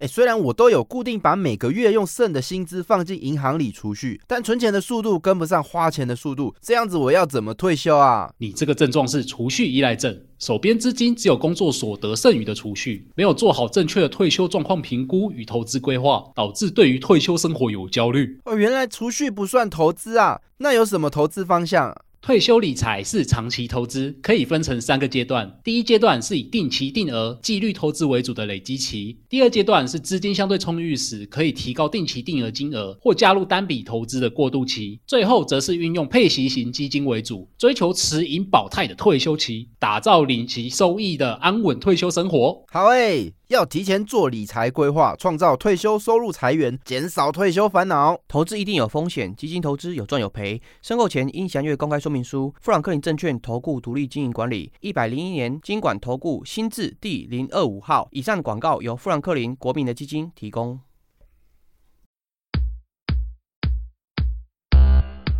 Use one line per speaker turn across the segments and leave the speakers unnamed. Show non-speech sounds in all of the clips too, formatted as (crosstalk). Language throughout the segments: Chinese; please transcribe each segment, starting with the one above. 哎，虽然我都有固定把每个月用剩的薪资放进银行里储蓄，但存钱的速度跟不上花钱的速度，这样子我要怎么退休啊？
你这个症状是储蓄依赖症，手边资金只有工作所得剩余的储蓄，没有做好正确的退休状况评估与投资规划，导致对于退休生活有焦虑。
哦，原来储蓄不算投资啊，那有什么投资方向啊？
退休理财是长期投资，可以分成三个阶段。第一阶段是以定期定额、纪律投资为主的累积期；第二阶段是资金相对充裕时，可以提高定期定额金额或加入单笔投资的过渡期；最后则是运用配息型基金为主，追求持盈保泰的退休期，打造领其收益的安稳退休生活。
好诶、要提前做理财规划，创造退休收入财源，减少退休烦恼。
投资一定有风险，基金投资有赚有赔。申购前应详阅公开说明书。富兰克林证券投顾独立经营管理，一百零一年经管投顾新字第零二五号。以上广告由富兰克林国民的基金提供。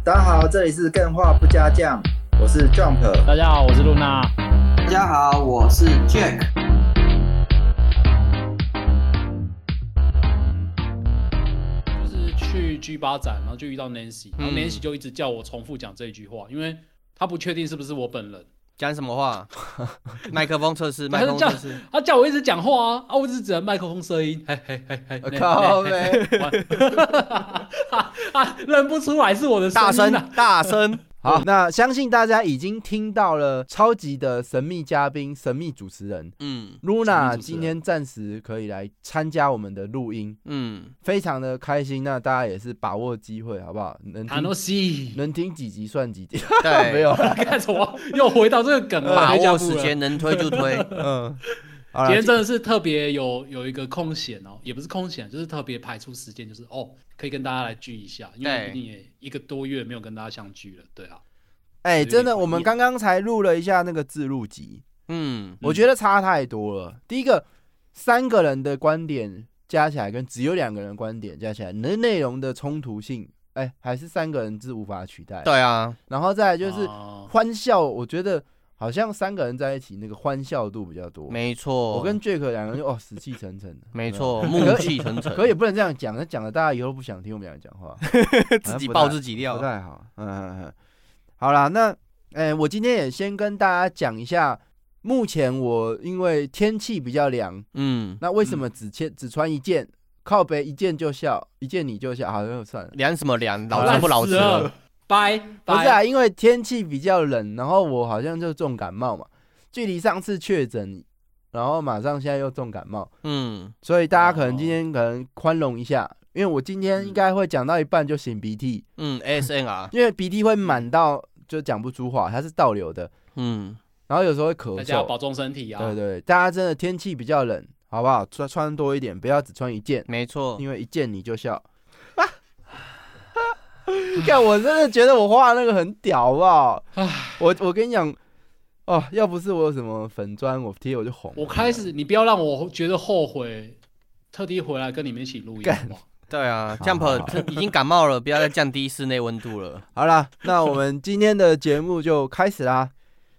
大家好，这里是更话不加酱，我是 Jump。
大家好，我是露娜。
大家好，我是 Jack。
就是去 G 八展，然后就遇到 Nancy，然后
嗯
Nancy 就一直叫我重复讲这一句话，因为她不确定是不是我本人，
讲什么话？ (laughs) 麦克风测试，
他
麦
就
克风
叫
测试。
她叫我一直讲话啊，啊，我只是只能麦克风声音，嘿嘿嘿 (laughs) 嘿，
(laughs)
嘿
靠
嘿
呗
(laughs) 嘿嘿完啊，认不出来是我的
大
声
声
音啊，
大声！
好，那相信大家已经听到了超级的神秘嘉宾、神秘主持人
嗯
Luna，
神秘主持人
今天暂时可以来参加我们的录音， (laughs)
嗯，
非常的开心。那大家也是把握机会，好不好？能
塔诺
听
哎西，
能听几集算几集，
对，
没有啦。
(laughs) 干什么？又回到这个 (laughs) 梗了，
把
没
握
讲不
时
了
间，能推就推。
嗯，好
今
了
天，真的是特别有有一个空闲哦，也不是空闲，就是特别排出时间，就是哦，可以跟大家来聚一下，因为
对
毕竟也一个多月没有跟大家相聚了，对啊，
哎、
有点
真的，
怀
我们
念
刚刚才录了一下那个自录集，
嗯，
我觉得差太多了。第一个，三个人的观点加起来跟只有两个人的观点加起来，那内容的冲突性，哎、还是三个人是无法取代。，
对啊，
然后再来就是
啊
欢笑，我觉得好像三个人在一起那个欢笑度比较多。
没错。
我跟 Jack 两个人就哦死气沉沉的，
没
有有。
错，
没有
暮气沉沉，
可也不能这样讲，那讲了大家以后都不想听我们俩讲
(laughs)
话，
自
好像
己哦
不
爆
太
自己
不
料。
太好。嗯嗯嗯，好啦，那哎、我今天也先跟大家讲一下，目前我因为天气比较凉，
嗯，
那为什么只穿、只穿一件？靠背一件就笑，一件你就笑，好像算了。
凉什么凉？
好
老子不老
烂死
实了。
了，拜
不是
拜。
啊，因为天气比较冷，然后我好像就重感冒嘛，距离上次确诊，然后马上现在又重感冒，
嗯，
所以大家可能
哦
今天可能宽容一下，因为我今天
嗯
应该会讲到一半就擤鼻涕，
嗯，ASMR，
因为鼻涕会满到就讲不出话，它是倒流的，
嗯，
然后有时候会咳
大家
嗽。
保重身体啊！
对对，大家真的天气比较冷，好不好？穿穿多一点，不要只穿一件，
没
嗯
错，
因为一件你就笑。 (laughs) 看，我真的觉得我画的那个很屌，好不好？我我跟你讲，哦，要不是我有什么粉砖，我贴我就红了。
我开始，你不要让我觉得后悔，特地回来跟你们一起录音
干
好不好
对啊
好好好
，Jump 已经感冒了，不要再降低室内温度了。
好啦，那我们今天的节目就开始
(laughs)
啦。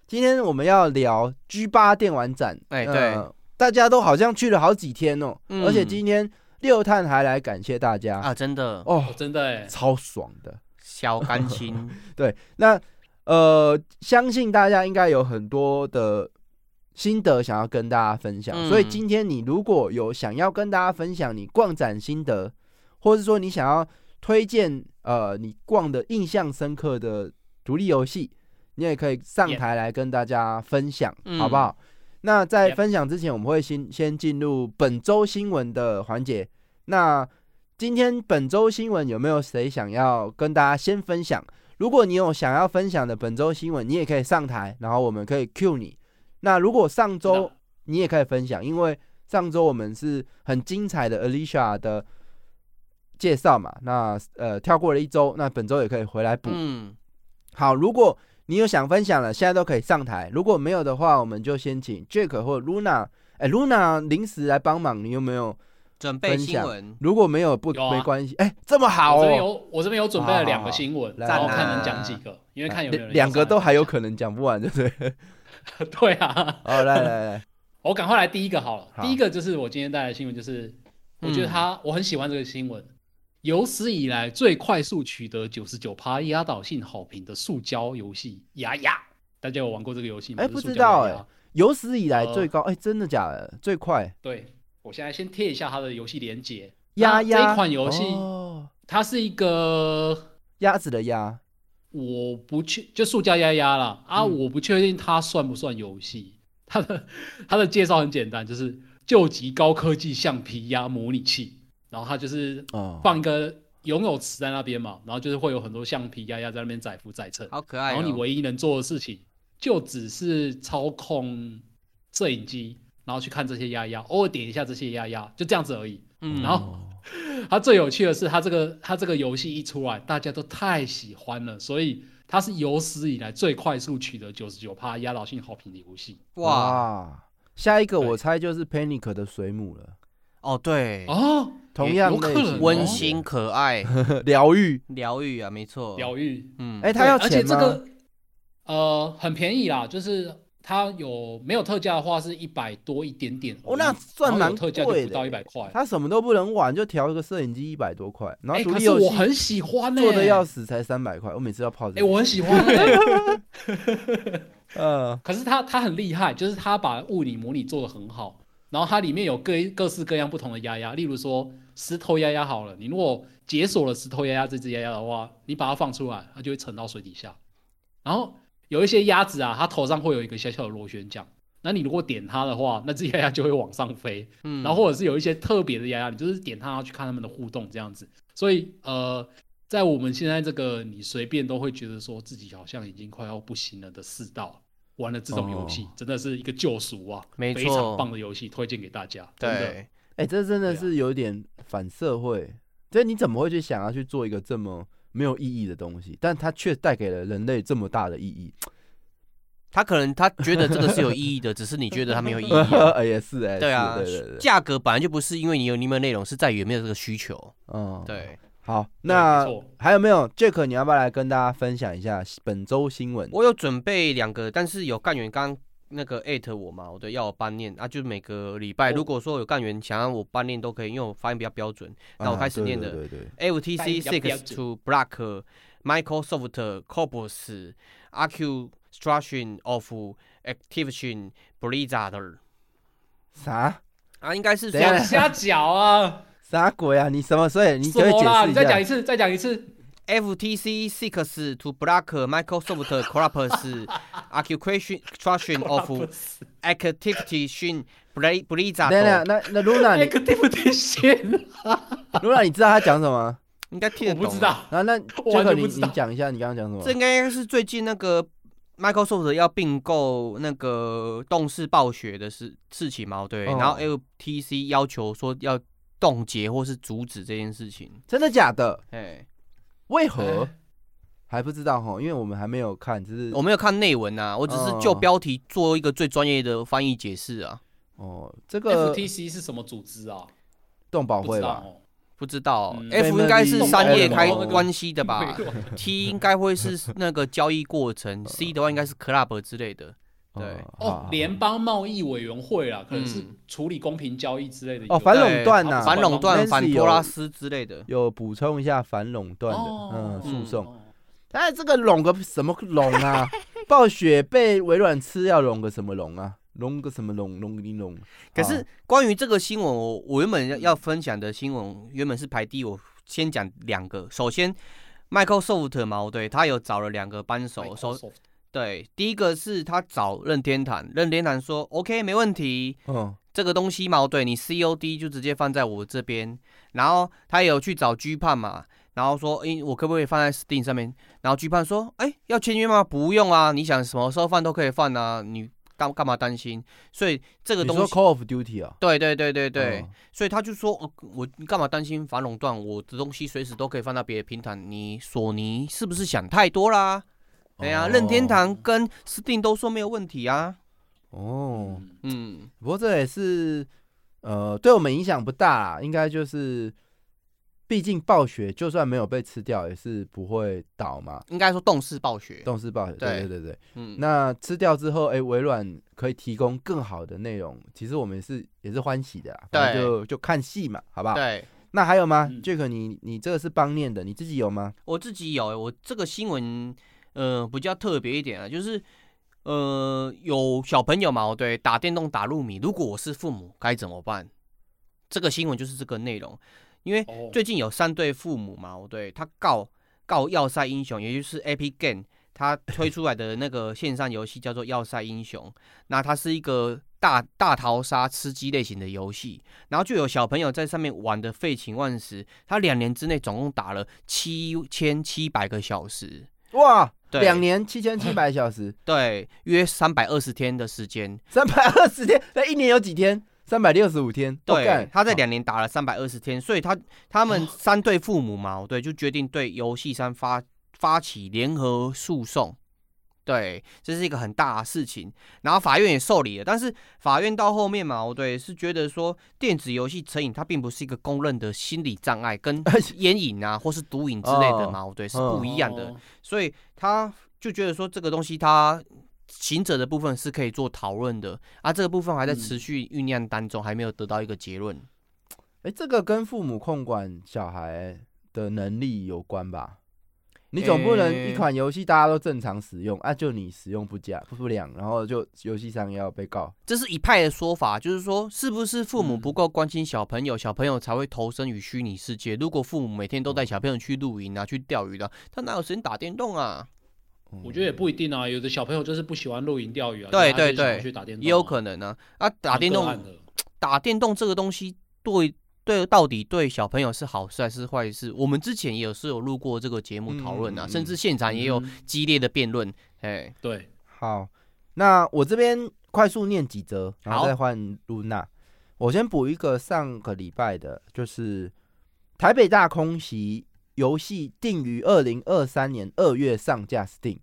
今天我们要聊 G 八电玩展，
哎
呃
(laughs) 对，
大家都好像去了好几天哦，
嗯
而且今天六探还来感谢大家
啊，真的，
哦
哦，，真的哎，
超爽的。
小干青，
对，那呃，相信大家应该有很多的心得想要跟大家分享，
嗯
所以今天你如果有想要跟大家分享你逛展心得，或是说你想要推荐呃你逛的印象深刻的独立游戏，你也可以上
Yeah
台来跟大家分享，
嗯
好不好？那在
Yep
分享之前，我们会先先进入本周新闻的环节。那今天本周新闻有没有谁想要跟大家先分享？如果你有想要分享的本周新闻，你也可以上台，然后我们可以 cue 你。那如果上
是
周
的
你也可以分享，因为上周我们是很精彩的 Alicia 的介绍嘛，那呃跳过了一周，那本周也可以回来补。
(laughs) 嗯，
好，如果你有想分享了，现在都可以上台；如果没有的话，我们就先请 Jack 或 Luna，哎、l u n a 临时来帮忙，你有没有？
准备新闻，
如果没有不
有啊
没关系，哎、这么好
我这边
哦，
有我这边有准备了两个新闻，
好好
然后
来
看能讲几个，因为看有没有人
两
要
个
上来
都还有
讲
可能讲不完，对不 (laughs) 对？
(laughs) 对啊，
哦好，来来来，
我赶快来第一个好了。
好嗯
第一个就是我今天带来的新闻，就是我觉得他我很喜欢这个新闻。有史以来最快速取得九十九趴压倒性好评的塑胶游戏《牙牙》，大家有玩过这个游戏吗？
哎
就是
不
塑
知
胶
道
牙牙
哎有史以来
呃
最高，哎、真的假的？最快
对我现在先贴一下它的游戏连接。
鸭
那这
鸭
一款游戏，
哦
它是一个
鸭子的鸭，
我不确就塑胶丫丫啦啊，
嗯
我不确定它算不算游戏。它的它的介绍很简单，就是救急高科技橡皮鸭模拟器，然后它就是
哦
放一个游泳池在那边嘛，然后就是会有很多橡皮鸭鸭在那边载浮载沉，
好可爱、
然后
哦。
你唯一能做的事情就只是操控摄影机，然后去看这些鸭鸭，偶尔点一下这些鸭鸭，就这样子而已。
嗯
然 (laughs) 后它最有趣的是，它这个它这个游戏一出来，大家都太喜欢了，所以它是有史以来最快速取得九十九趴压倒性好评的游戏。
哇
下一个我
对
猜就是 Panic 的水母了，
哦对，
哦，
同样
有可
类型
能哦
温馨可 (laughs) 爱
(laughs) 疗愈。
疗愈啊，没错。
疗愈，
嗯
哎、它要
对而且
钱
这
吗？
个呃很便宜啦，就是它有没有特价的话是一百多一点点而已，
哦那算
然后有
蛮
特价就
贵
不
的
到
欸
一百块。
他什么都不能玩，就调一个摄影机一百多块，然后
哎，
独
可
立
是
游
我
戏
很喜欢呢，
做的要死才三百块，我每次要泡这
哎，
个。 (laughs)
我很喜欢 (laughs) 欸。
嗯，
可是他他很厉害，就是他把物理模拟做得很好，然后它里面有各各式各样不同的丫丫，例如说石头丫丫好了，你如果解锁了石头丫丫这只丫丫的话，你把它放出来，它就会沉到水底下。然后有一些鸭子啊，它头上会有一个小小的螺旋桨，那你如果点它的话，那只丫丫就会往上飞。
嗯
然后或者是有一些特别的丫丫，你就是点它去看他们的互动这样子。所以呃，在我们现在这个你随便都会觉得说自己好像已经快要不行了的世道，玩了这种游戏、
哦
真的是一个救赎啊，
没
非
错
常棒的游戏，推荐给大家。真的，
对，
哎、这真的
对啊
是有点反社会。这你怎么会去想要去做一个这么没有意义的东西？但它却带给了人类这么大的意义。
他可能他觉得这个是有意义的， (laughs) 只是你觉得它没有意义啊。
(laughs) 哎也是哎、是
对啊
对对，对，
价格本来就不是因为你有你有没有内容，是在于有没有这个需求。
嗯，。
对，
好，那
没错
还有没有 Jack？你要不要来跟大家分享一下本周新闻？
我有准备两个，但是有干员刚那个艾特我嘛，我的要我班念啊，就是每个礼拜
哦
如果说有干员想要我班念都可以，因为我发音比较标准。那我
啊
开始
对
念
对
的
对对
FTC
翻译比较标
Six to Block Microsoft Corpus Acquisition of Activision Blizzard
啥
啊，应该是
等
说
一下
讲瞎讲啊！
啥鬼啊？你什么？所以 (laughs) 你
什
可以解
么啦？
释
你
一
再讲
下
一。次，再讲一次。
FTC Six to Block
(laughs)
Microsoft Corpus Acquisition of Activision Bli-
等一下
Blizzard，
那那 Luna，
(laughs) 那
你
个对不对线，啊
Luna，你知道他讲什么？
应该听
我
得懂
不
啊。
知道。
然后那
我 (laughs) 完
Jack，
全
你
不知
你
道
讲一下你刚刚讲什么
这？应该是最近那个 Microsoft 要并购那个动视暴雪的事事情嘛，对，
哦
然后 LTC 要求说要冻结或是阻止这件事情，
真的假的？
哎，
为
哎
何还不知道哈？因为我们还没有看，只是
我没有看内文啊，我只是就
哦
标题做一个最专业的翻译解释啊，
哦，这个
FTC 是什么组织啊？
动保
不
会
知道
吧？
哦。
不知道
嗯
F 应该是商业开
Family Law
关系的
没
吧
有
(laughs) ，T 应该会是那个交易
(laughs)
过程，C 的话应该是 club 之类的，对
哦好好
哦
好，
联邦贸易委员会啦，可能是
嗯
处理公平交易之类的。
哦反垄断
呐
呐，
反垄断、
Nancy
反托
有
拉斯之类的。
有补充一下反垄断的
哦
嗯诉讼。
哦
哎，这个拢个什么拢啊？ (laughs) 暴雪被微软吃，要拢个什么拢啊？拢个什么拢？拢你拢？
可
好
是关于这个新闻，我我原
嗯
本要要分享的新闻原本是排第一，我先讲两个。首先，Microsoft 嘛，对，他有找了嗯两个扳手，首
Microsoft
对，第一个是他找任天堂，任天堂说 OK 没问题，
嗯，
这个东西嘛，对你 COD 就直接放在我这边，然后他也有去找 G 判嘛，然后说，诶、我可不可以放在 Steam 上面？然后 G 判说，哎、要签约吗？不用啊，你想什么时候放都可以放啊，你干干嘛担心？所以这个
你
东
说
西
Call of Duty 啊？
对对对对对，
哦
所以他就说，哦、我你干嘛担心反垄断？我的东西随时都可以放到别的平台。你索尼是不是想太多啦？哎呀、
哦
任天堂跟 Steam 都说没有问题啊。
哦，
嗯
嗯，
不过这也是呃，对我们影响不大啦，应该就是毕竟暴雪就算没有被吃掉，也是不会倒嘛。
应该说动视暴雪。
动视暴雪，对对
对
对对。
嗯，
那吃掉之后，哎、微软可以提供更好的内容，其实我们也是也是欢喜的啦。
对
反正就就看戏嘛，好不好？
对
那还有吗、
嗯
j a c k 你你这个是帮念的，你自己有
(laughs)
吗？
我自己有、欸，我这个新闻呃比较特别一点啊，就是呃有小朋友嘛，哦对，打电动打入迷，如果我是父母该怎么办？这个新闻就是这个内容，因为
哦，
哎最近有三对父母嘛，哦对他告告要塞英雄，也就是 Epic Game 他推出来的那个线上游戏叫做《要塞英雄》，那它是一个大大逃杀吃鸡类型的游戏，然后就有小朋友在上面玩的废寝忘食，他两年之内总共打了七千七百个小时，
哇，
对
两年七千七百小时，
对，约三百二十天的时间，
三百二十天，那一年有几天？三百六十五天。哦
对
干，
他在
(laughs) 好
两年打了三百二十天，所以他他们三对父母嘛，对，就决定对游戏商发发起联合诉讼。对，这是一个很大的事情，然后法院也受理了，但是法院到后面嘛，对，是觉得说电子游戏成瘾它并不是一个公认的心理障碍，跟 (laughs) 烟瘾啊或是毒瘾之类的嘛，对，是不一样的。嗯
哦
所以他就觉得说这个东西它行者的部分是可以做讨论的，啊，这个部分还在
嗯
持续酝酿当中，还没有得到一个结论。
哎、这个跟父母控管小孩的能力有关吧？你总不能
诶
一款游戏大家都正常使用，啊，就你使用不佳不良，然后就游戏商要被告。
这是一派的说法，就是说，是不是父母
嗯
不够关心小朋友，小朋友才会投身于虚拟世界？如果父母每天都带小朋友去露营啊、去钓鱼的、他哪有时间打电动啊？
嗯
我觉得也不一定啊，有的小朋友就是不喜欢露营钓鱼啊，
对
就他就
对
想要
对
去打电动啊，
也有可能啊，啊，打电
蛮
动
个案的
打电动这个东西对对到底对小朋友是好事还是坏事？我们之前也是有录过这个节目讨论
嗯
啊，
嗯嗯
甚至现场也有
嗯
激烈的辩论。哎、
对，
好，那我这边快速念几则，然后
好
再换露娜。我先补一个上个礼拜的，就是台北大空袭游戏定于二零二三年二月上架 Steam。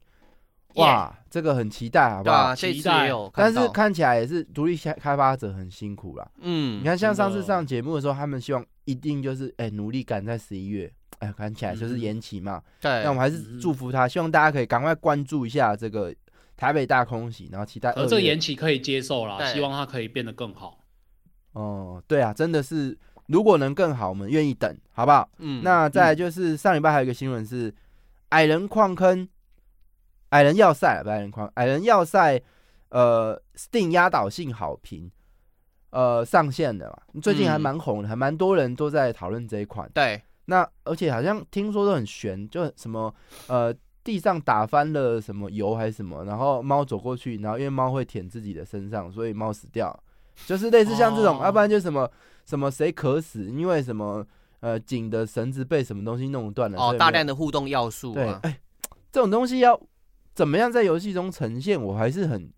哇这个很期待，好不
对
好？
啊，这
期
次也
待
有
但
看到，
是看起来也是独立开开发者很辛苦啦。
嗯，
你看，像上次
真的
上节目的时候，他们希望一定就是哎、努力赶在十一月，哎、看起来就是
嗯
延期嘛。
对
那我们还是
嗯
祝福他，希望大家可以赶快关注一下这个台北大空袭，然后期待
可
二
是这个
月。
延期可以接受啦，
嗯对
希望它可以变得更好。
哦、对啊，真的是，如果能更好，我们愿意等，好不好？
嗯
那再来就是上礼拜还有一个新闻是，矮人矿坑，矮人要塞，不是矮人矿，矮人要塞，呃，Steam 压倒性好评，呃，上线的嘛，最近还
嗯
蛮红的，还蛮多人都在讨论这一款。
对
那而且好像听说都很悬，就什么呃地上打翻了什么油还是什么，然后猫走过去，然后因为猫会舔自己的身上，所以猫死掉，就是类似像这种，要、啊
哦
不然就什么什么谁渴死，因为什么呃井的绳子被什么东西弄断了，所以
哦，
没
大
有
量的互动要素
对，
啊，
哎，这种东西要怎么样在游戏中呈现，我还是很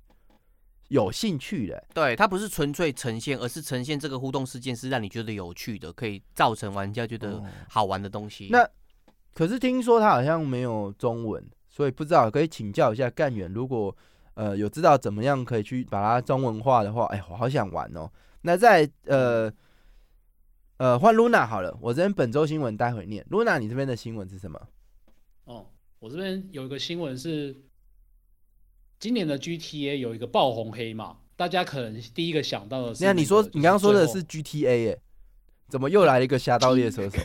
有兴趣的、欸
对，它不是纯粹呈现，而是呈现这个互动事件是让你觉得有趣的，可以造成玩家觉得
哦
好玩的东西。
那可是听说他好像没有中文，所以不知道可以请教一下干员，如果呃有知道怎么样可以去把它中文化的话，哎，我好想玩哦。那在呃
嗯
呃换 Luna 好了，我这边本周新闻待会念。Luna，你这边的新闻是什么？
哦，我这边有一个新闻是，今年的 GTA 有一个爆红黑嘛，大家可能第一个想到的是
那
个，
你说
就是
你刚刚说的
最
是
后
GTA 耶、怎么又来了一个侠盗猎车手？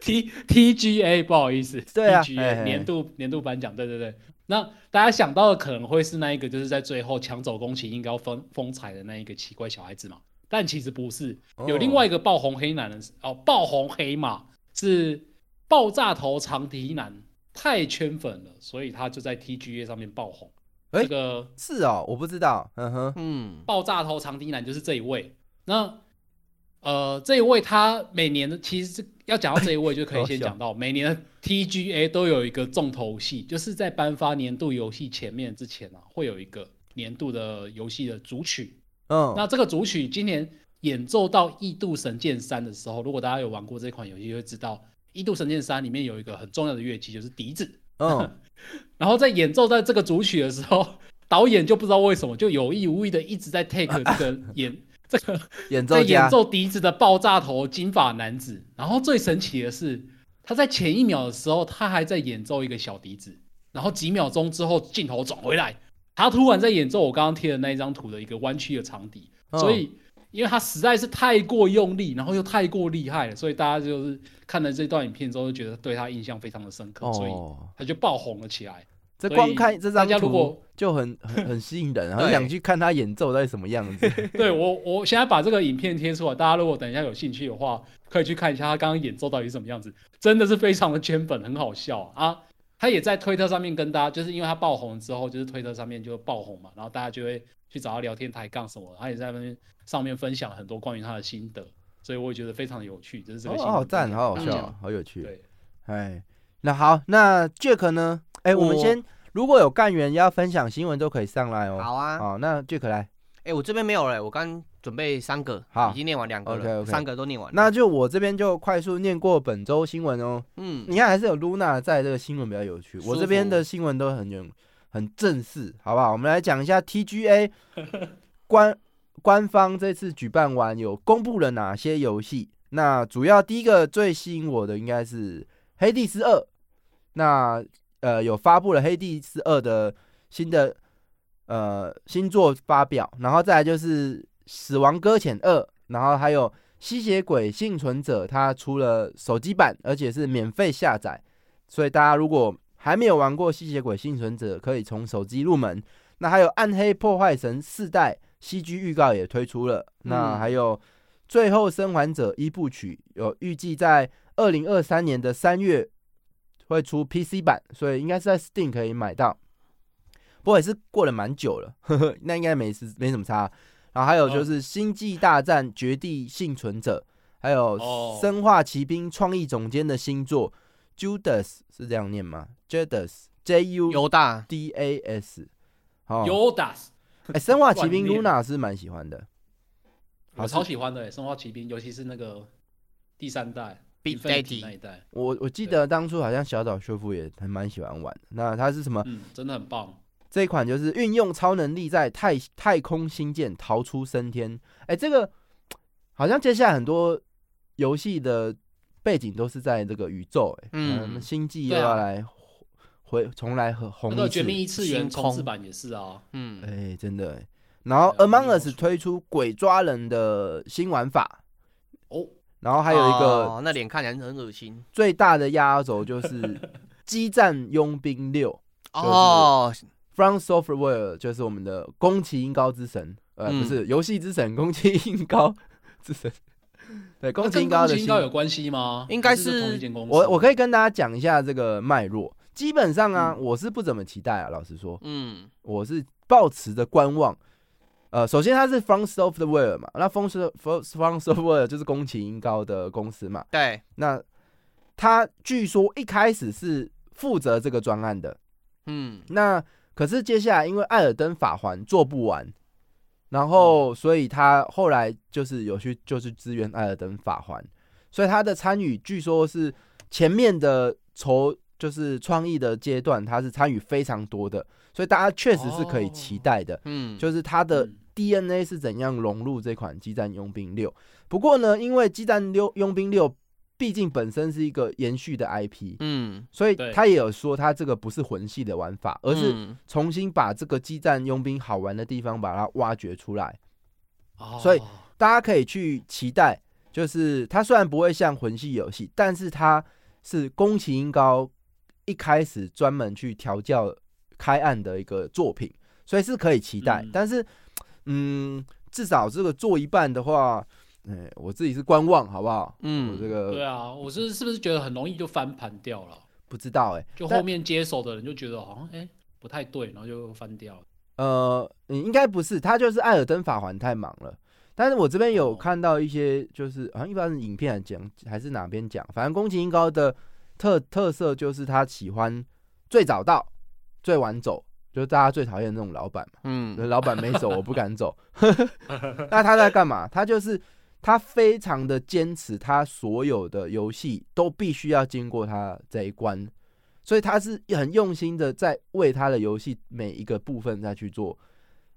T TGA，不好意思，
对啊
t
哎
g
哎
a 年度年度颁奖，对对对。那大家想到的可能会是那一个，就是在最后抢走宫崎英高风风采的那一个奇怪小孩子嘛，但其实不是，
哦
有另外一个爆红黑男人是哦，爆红黑嘛是爆炸头长笛男，太圈粉了，所以他就在 TGA 上面爆红。
哎
这个
是哦，我不知道，嗯哼，
嗯，
爆炸头长笛男就是这一位。那呃，这一位他每年的其实要讲到这一位，就可以先讲到每年的 TGA 都有一个重头戏，就是在颁发年度游戏前面之前啊，会有一个年度的游戏的主曲。
嗯，
那这个主曲今年演奏到《异度神剑三》的时候，如果大家有玩过这款游戏，就会知道《异度神剑三》里面有一个很重要的乐器就是笛子。
嗯，
然后在演奏在这个主曲的时候，导演就不知道为什么就有意无意的一直在 take 这个演这个
演奏
在
家
演奏笛子的爆炸头金发男子。然后最神奇的是，他在前一秒的时候，他还在演奏一个小笛子，然后几秒钟之后镜头转回来，他突然在演奏我刚刚贴的那一张图的一个弯曲的长笛。
嗯
所以，因为他实在是太过用力，然后又太过厉害了，所以大家就是看了这段影片之后，就觉得对他印象非常的深刻，所以
哦，
他就爆红了起来。
这
所以
光看这张
大家如
图
果
就很很很吸引 (laughs) 人，很
对
想去看他演奏到底什么样 (laughs) 子。
对我，我现在把这个影片贴出来，大家如果等一下有兴趣的话，可以去看一下他刚刚演奏到底是什么样子，真的是非常的圈粉，很好笑啊！啊他也在推特上面跟大家，就是因为他爆红之后，就是推特上面就爆红嘛，然后大家就会去找他聊天抬杠什么的，他也在那边上面分享很多关于他的心得，所以我也觉得非常的有趣，就是这个
哦，
新闻
好赞，好好
嗯
笑哦，好有趣。
对，
哎，那好，那 Jack 呢？哎，我们
我
先，如果有干员要分享新闻都可以上来哦。
好啊，
好，那 Jack 来，
哎、我这边没有了，我刚准备三个，
好
已经念完两个了
OK，OK
三个都念完了。
那就我这边就快速念过本周新闻哦。
嗯，
你看还是有 Luna 在，这个新闻比较有趣。我
舒
这边
服
的新闻都很有很正式，好不好？我们来讲一下 TGA (laughs) 官官方这次举办完有公布了哪些游戏。那主要第一个最吸引我的应该是《黑帝斯二》，那呃有发布了《黑帝斯二》的新的呃新作发表，然后再来就是《死亡搁浅二》，然后还有《吸血鬼幸存者》，它出了手机版，而且是免费下载，所以大家如果还没有玩过《吸血鬼幸存者》，可以从手机入门。那还有《暗黑破坏神四代》CG 预告也推出了，那
嗯
还有《最后生还者》一部曲，有预计在二零二三年的三月会出 PC 版，所以应该是在 Steam 可以买到。不过也是过了蛮久了， (laughs) 呵呵，那应该没事，没什么差。然后还有就是《星际大战：绝地幸存者》，还有
哦
《生化奇兵》创意总监的新作《Judas》是这样念吗？Judas J U
犹大
D A S。哦，
Yodas，
哎，《生化奇兵》
乱念
Luna 是蛮喜欢的。好
我超喜欢的欸《生化奇兵》，尤其是那个第三代
Big
Infinity 那
Daddy，
一代，
我我记得当初好像小岛秀夫也还蛮喜欢玩的。那它是什么？
嗯，真的很棒。
这一款就是运用超能力在太太空星舰逃出升天。哎，这个好像接下来很多游戏的背景都是在这个宇宙、哎，
嗯
嗯，星际又
对啊
要来回重来和红
那
一
个《
次
哦绝，命异次元》
星空
重置版也是啊，
嗯，
哎，真的、哎。然后
对啊
Among
没有
Us
错
推出鬼抓人的新玩法，
哦，
然后还有一个
哦、那脸看起来很恶心
最大的压轴就是
(laughs)
《激战佣兵六》
哦，
From Software 就是我们的宫崎英高之神，呃，
嗯
不是游戏之神，宫崎英高之神。 (laughs) 对，宫
那
崎英
跟
高
宫
的
崎英
新，
高有关系吗？
应该
还是
是
同一间公司。
我我可以跟大家讲一下这个脉络。基本上啊，
嗯
我是不怎么期待啊，老实说，
嗯，
我是抱持着观望。呃，首先它是 From Software 嘛，那 From Sof- From
(laughs)
Software 就是宫崎英高的公司嘛，
对，
那他据说一开始是负责这个专案的，
嗯，
那可是接下来因为《艾尔登法环》做不完，然后所以他后来就是有去就是支援《艾尔登法环》，所以他的参与据说是前面的筹就是创意的阶段，他是参与非常多的，所以大家确实是可以期待的，
嗯，
就是他的
嗯
DNA 是怎样融入这款《激战佣兵六》。不过呢，因为《激战六佣兵六》毕竟本身是一个延续的 IP，
嗯，
所以
对
他也有说他这个不是魂系的玩法，而是
嗯
重新把这个激战佣兵好玩的地方把它挖掘出来，
哦
所以大家可以去期待。就是它虽然不会像魂系游戏，但是它是宫崎英高一开始专门去调教开案的一个作品，所以是可以期待。
嗯
但是，嗯，至少这个做一半的话，嗯、我自己是观望，好不好？我这
嗯，
对
个
啊，我是是不是觉得很容易就翻盘掉了？
不知道哎、
就
但
后面接手的人就觉得好像哎不太对，然后就翻掉了。
呃，嗯应该不是，他就是《艾尔登法环》太忙了。但是我这边有
哦
看到一些，就是好像一般是影片讲还是哪边讲，反正宫崎英高的特特色就是他喜欢最早到，最晚走，就是大家最讨厌那种老板嘛。
嗯，
老板没走，我不敢走。 (laughs) 那他在干嘛？他就是他非常的坚持，他所有的游戏都必须要经过他这一关，所以他是很用心的在为他的游戏每一个部分再去做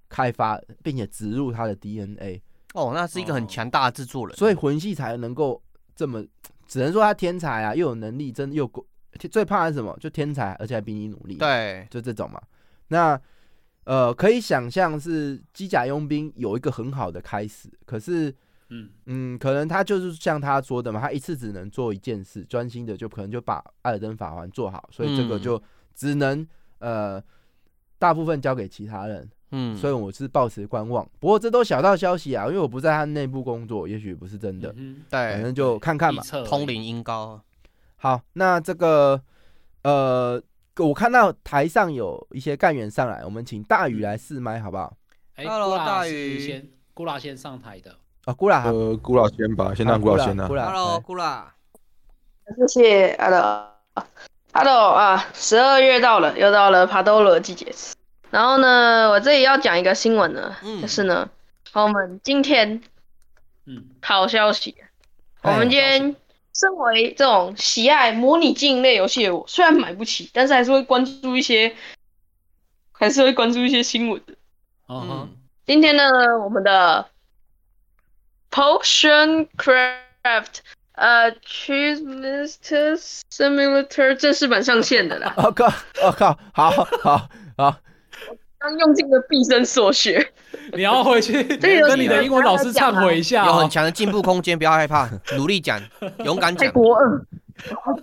开发，并且植入他的 DNA。
哦，那是一个很强大的制作人，
所以魂系才能够这么，只能说他天才啊，又有能力，真的又够。最怕的是什么？就天才，而且还比你努力。，
对，
就这种嘛。那呃，可以想象是机甲佣兵有一个很好的开始，可是
嗯，
嗯，可能他就是像他说的嘛，他一次只能做一件事，专心的就可能就把《艾尔登法环》做好，所以这个
嗯
就只能、呃大部分交给其他人。
嗯，
所以我是抱持观望。不过这都小道消息啊，因为我不在他内部工作，也许不是真的，
嗯
反
对，
正就看看吧。
哼，
通灵音高，
好，那这个呃，我看到台上有一些干员上来，我们请大宇来试麦好不好？
哎
Hello，
郭拉
大
是
鱼
先，郭拉先上台的，
啊，古拉 (laughs) 还，
呃，古老先吧，先让古老先啊
古。拉
Hello，
来
顾啦，
谢谢阿乐，阿乐啊，十二月到了，又到了爬多罗季节。然后呢，我这里要讲一个新闻呢，
嗯
就是呢，我们今天
嗯，
好消息，我们今
好
天身为这种喜爱模拟经营类游戏的我，虽然买不起，但是还是会关注一些，还是会关注一些新闻的。
嗯哼，
今天呢，我们的 Potion Craft 呃 Achievement Simulator 正式版上线的 (laughs) 啦，
我靠，我靠，哦好好好，
刚用尽了毕生所学。
(laughs) 你要回去
(laughs) 这个
跟你的英文老师忏悔一下
有
哦
啊
很。强的进步空间，不要害
(laughs)
怕，努力讲，勇敢
太
讲。
国二，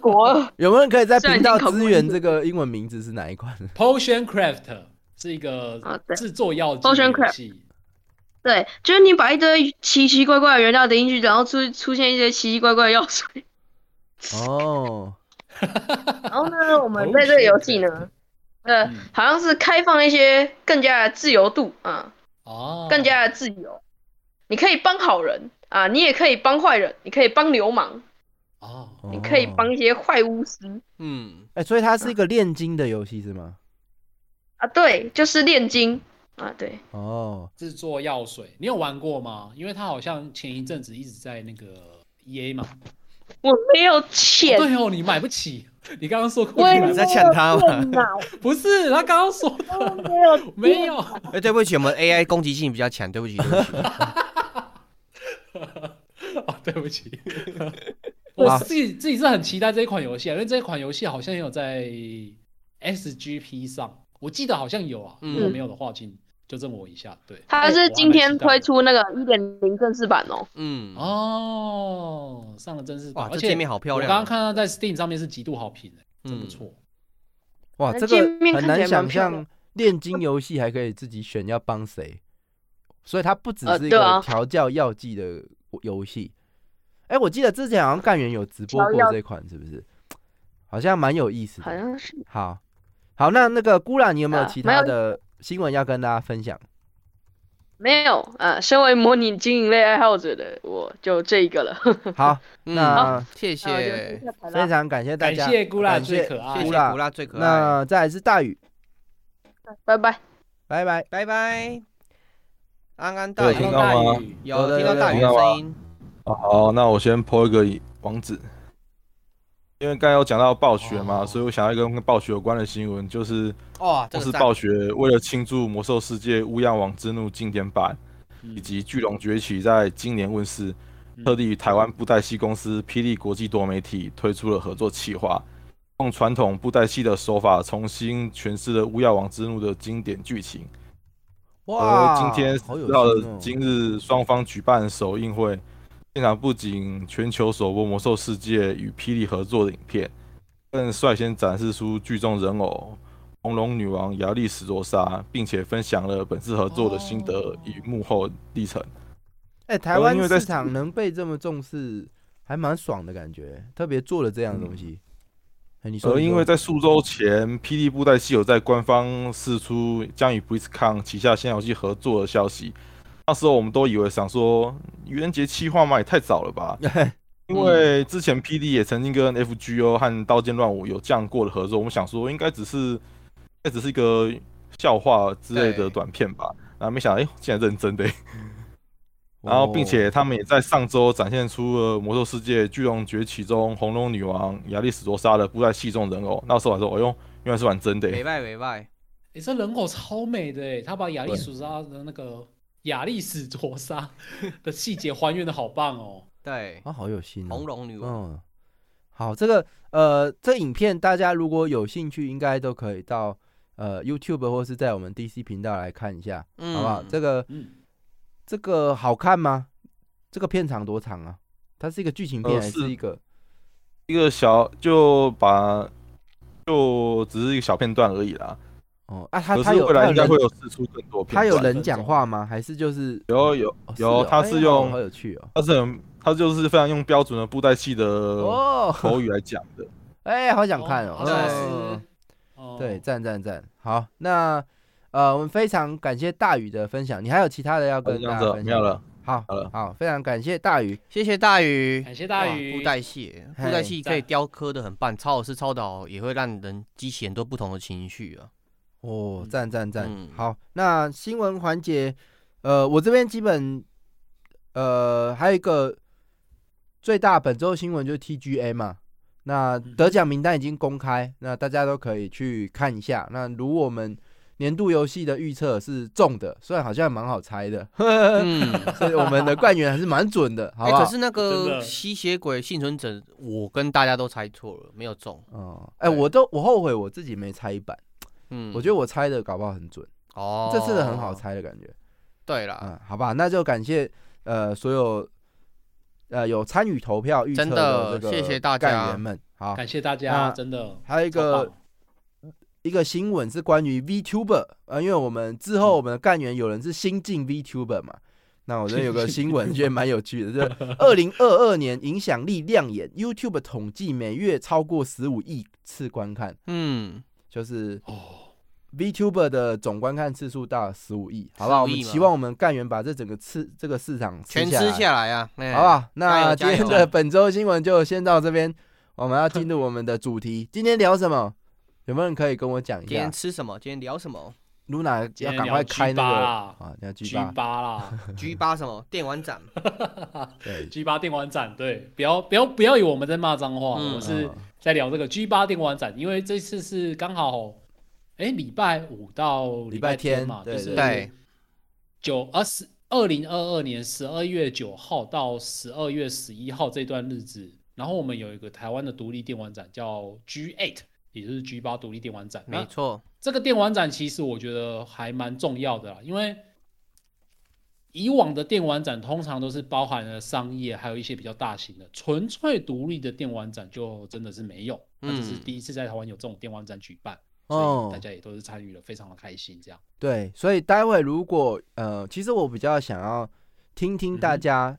国二，
有没有人可以在
虽然
频
已经
道
考
支
过
援
一次
这个英文名字是哪一款？
(laughs) 哦 Potion Craft 是一
啊
个
对
制作药剂
Potion
游戏，
对，就是你把一堆奇奇怪怪的原料丢进去，然后出出现一些奇奇怪怪的药 (laughs) 水。
哦，
然后呢，我们在这个游戏呢，呃
嗯，
好像是开放一些更加的自由度啊。
哦，
更加的自由。你可以帮好人啊，你也可以帮坏人，你可以帮流氓，
哦，
你可以
哦
帮一些坏巫师
嗯，
哎，所以它是一个炼金的游戏是吗？
啊，对，就是炼金啊，对，
哦，
制作药水，你有玩过吗？因为它好像前一阵子一直在那个 EA 嘛。
我没有钱，
对哦，你买不起。 (laughs) 你刚刚说过
我
你
也
买
没有
你在抢他吗
电脑
不是，他刚刚说的
我哦没有电
(laughs) 没有。
(laughs) 哎，对不起，我们 AI 攻击性比较强，对不起，
(laughs)
对不起。
哦，对不
(laughs)
起，我自己自己是很期待这一款游戏啊，因为这一款游戏好像也有在 SGP 上，我记得好像有啊，
嗯
如果没有的话，请纠正我一下。对，
它
我还
是
蛮
今天
期待的
推出那个一点零正式版哦，
嗯，
哦，上了真是
哇，
而
这
且
界面好漂
我
亮
刚
啊。
刚看到在 Steam 上面是极度好评的，真不
嗯
错。
哇，
那
这
界
个
面
很
看起
难
来
想
蛮漂亮
象炼金游戏还可以自己选要帮谁，所以它不只
呃
是一
对
个
啊
调教药剂的游戏。哎，我记得之前好像干员有直播
调
过
药
这款，是不是？好像蛮有意思
好
的。
像是
好，好，那那个姑兰，你有没有
啊
其
蛮
他
有意
的新闻要跟大家分享？
没有啊。身为模拟经营类爱好者的我，就这一个了。 (laughs)
好，那
嗯谢
那我就接
谢，
下台
非
了
常感谢大
感
家，
谢姑
感
兰
谢
最可
谢
爱
谢
古，
古
拉。
拉最可爱，
那再来是大宇，
拜拜。
拜拜。
拜拜，安安大
有
宇
听到吗
雨
有
有
听到
有
大
有
鱼
听
的
到吗
声音，
哦好，那我先 po 一个网址，因为刚才有讲到暴雪嘛，
哦
所以我想要一个跟暴雪有关的新闻，就是
哇，这
公
个
司
赞
暴雪为了庆祝《魔兽世界：巫妖王之怒》经典版
嗯
以及《巨龙崛起》在今年问世，特地与台湾布袋戏公司霹雳国际多媒体推出了合作企划，用传统布袋戏的手法重新诠释了《巫妖王之怒》的经典剧情。而
哇，
哦今天
好有
知道
心
的
哦
今日双方举办首映会，现场不仅全球首播《魔兽世界》与霹雳合作的影片，更率先展示出剧中人偶红龙女王亚历史罗莎，并且分享了本次合作的心得
哦
与幕后历程。
哎、台
呃
湾
因为在
市场能被这么重视，还蛮爽的感觉，特别做了这样的东西。哎、你说，
而
你
哦因
说
为在数周前，霹雳布袋戏有在官方释出将与 BlizzCon 旗下线游戏合作的消息，那时候我们都以为想说愚人节企划嘛也太早了吧，
(laughs)
因
嗯
为之前 PD 也曾经跟 FGO 和《刀剑乱舞》有这样过的合作，我们想说应该只是，应该只是一个笑话之类
对
的短片吧。然后没想到，哎、竟然认真
哦
的、然后，并且他们也在上周展现出了《魔兽世界：巨龙崛起》中红龙女王亚历史罗莎的布袋戏中人偶。那时候我还说，哎呦，原来是玩真的、
委拜委拜，
哎，这人偶超美的哎，他把亚历苏莎的那个亚历史卓沙的细节还原的好棒哦。
对，
啊，好有心
红
哦。
龙女王，
嗯，好，这个呃，这影片大家如果有兴趣，应该都可以到呃 YouTube 或是在我们 DC 频道来看一下，
嗯
好不好？这个
嗯，
这个好看吗？这个片长多长啊？它是一个剧情片
呃
还
是
是一个？
一个小就把就只是一个小片段而已啦。
哦啊，它
可
它
是
有
未
它
来
有
应该
人
会有试出更多片
它
段。
有人讲话吗？还是就是
有有
哦是
有
哦，
他
哎
是
好
用
好有趣哦。
他是很他就是非常用标准的布袋戏的
哦，
口语来讲的。
哎，好想看哦。
好
像
嗯
是哦
对，赞赞赞，好，那呃，我们非常感谢大宇的分享，你还有其他的要
好就
(laughs) 跟
哦这
大
样
家
子，
分
没
享？
有了。
好，
好了
好，非常感谢大宇，
谢谢大宇，
感谢哎大
哇
宇
布袋戏，布
嘿
袋戏可以
赞
雕刻的很棒，超老师超导也会让人激起很多不同的情绪啊。
哦，赞赞赞
嗯，
好，那新闻环节，呃，我这边基本呃还有一个最大本周新闻就是 TGA 嘛，那
嗯
得奖名单已经公开，那大家都可以去看一下。那如我们年度游戏的预测是中的，虽然好像蛮好猜的，
嗯，
所以我们的冠员还是蛮准的，好
哎，
不好？
可是那
真
个
的
吸血鬼幸存者，我跟大家都猜错了，没有中。
哦，哎、
对
我都我后悔我自己没猜一版，
嗯，
我觉得我猜的搞不好很准，
得哦，
这次的很好。猜的感觉。
对啦，
嗯，好吧，那就感谢呃所有呃有参与投票预测
真的
这个
谢谢大家
干员们。好，
感谢大
那
家，真的。
还有一
超棒
个一个新闻是关于 VTuber，呃，因为我们之后我们的干员有人是新进 VTuber 嘛，那我这边有个新闻觉得蛮有趣的，
(laughs)
就是二零二二年影响力亮眼，YouTube 统计每月超过十五亿次观看，
嗯，
就是
哦，
VTuber 的总观看次数到十五亿，好不好？
15
我
亿
们
嘛
期望我们干员把这整个次这个市场
全
下
吃
来，
下来啊，哎
好不好？那今
加油
天
加
的
油
本周新闻就先到这边，我们要进入我们的主题，今天聊什么？有没有人可以跟我讲一
今天
下
吃什么？今天聊什 (laughs) 么
露娜
今
要
天
赶快开那
聊 G8
个
啦
啊，你要 G
G
八，
八啦
？G 八什么电玩展？
对，
，G 八电玩展，对，不要不要不要以为我们在骂脏话，
嗯
我是
嗯
在聊这个 G 八电玩展，因为这次是刚好，哎，礼拜五到
礼拜
拜
天
嘛，
对
就是
对，
九二十二零二二年十二月九号到十二月十一号这段日子，然后我们有一个台湾的独立电玩展叫 G eight，也就是 G 八独立电玩展，那
啊
没错，
这个电玩展其实我觉得还蛮重要的啦，因为以往的电玩展通常都是包含了商业，还有一些比较大型的，纯粹独立的电玩展就真的是没有。
嗯
那这是第一次在台湾有这种电玩展举办，
哦
所以大家也都是参与了，非常的开心。这样，
对，所以待会如果呃，其实我比较想要听听大家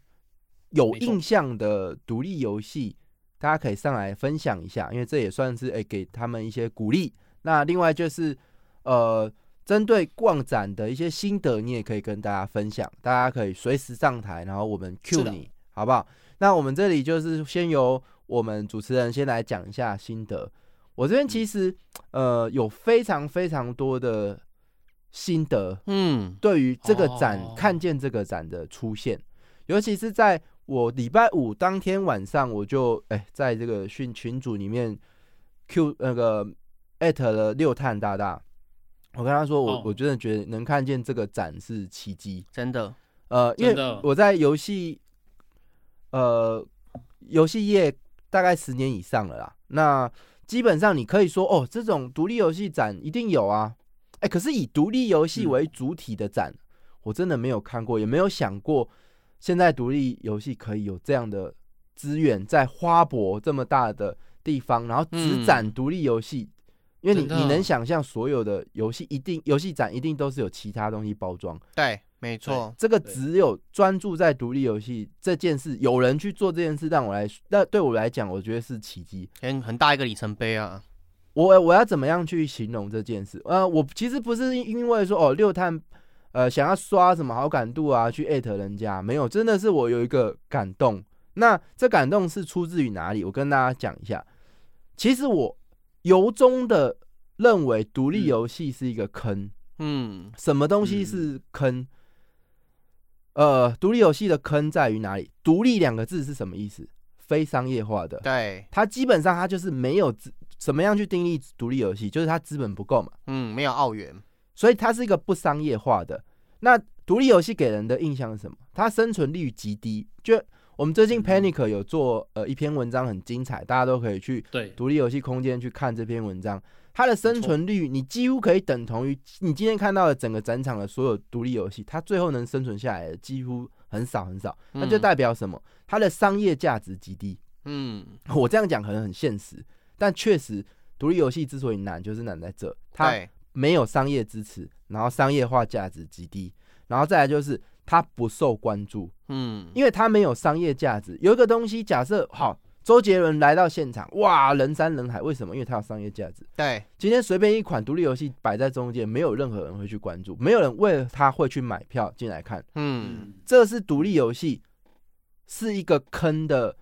有
没错
印象的独立游戏，大家可以上来分享一下，因为这也算是诶、给他们一些鼓励。那另外就是呃，针对逛展的一些心得，你也可以跟大家分享，大家可以随时上台，然后我们 Q
的
你，好不好？那我们这里就是先由我们主持人先来讲一下心得。我这边其实呃有非常非常多的心得，
(laughs) 嗯，
对于这个展、
哦
看见这个展的出现，尤其是在我礼拜五当天晚上，我就哎在这个群群组里面 Q 那个艾特了六探大大，我跟他说我、
哦
我真的觉得能看见这个展是奇迹，
真的，
呃，因
真
为
的哦
我在游戏呃游戏业大概十年以上了啦，那基本上你可以说哦，这种独立游戏展一定有啊，哎、可是以独立游戏
嗯
为主体的展，我真的没有看过，也没有想过现在独立游戏可以有这样的资源，在花博这么大的地方，然后只
嗯
展独立游戏。因为你
真的哦
你能想象所有的游戏一定游戏展一定都是有其他东西包装，
对，没错，
这个
哦对
只有专注在独立游戏这件事，有人去做这件事，让我来，那对我来讲，我觉得是奇迹。
很很大一个里程碑啊。
我我要怎么样去形容这件事？呃，我其实不是因为说哦六探，呃想要刷什么好感度啊，去艾特人家，没有，真的是我有一个感动。那这感动是出自于哪里？我跟大家讲一下。其实我由衷的认为独立
嗯
游戏是一个坑，
嗯，
什么东西是坑？呃，独立游戏的坑在于哪里？“独立”两个字是什么意思？非商业化的，
对，
它基本上它就是没有资，怎么样去定义独立游戏？就是它资本不够嘛，
嗯，没有澳元，
所以它是一个不商业化的。那独立游戏给人的印象是什么？它生存率极低。就我们最
嗯
近 Panic 有做呃一篇文章很精彩，大家都可以去
对，
独立游戏空间去看这篇文章，它的生存率你几乎可以等同于你今天看到的整个展场的所有独立游戏，它最后能生存下来的几乎很少很少，那就
嗯
代表什么？它的商业价值极低。
嗯，
我这样讲可能很现实，但确实独立游戏之所以难，就是难在这，它
对，
没有商业支持，然后商业化价值极低，然后再来就是它不受关注，
嗯，
因为它没有商业价值。有一个东西，假设好，周杰伦来到现场，哇，人山人海，为什么？因为它有商业价值。
对，
今天随便一款独立游戏摆在中间，没有任何人会去关注，没有人为了它会去买票进来看，
嗯，
嗯，
这是独立游戏是一个坑的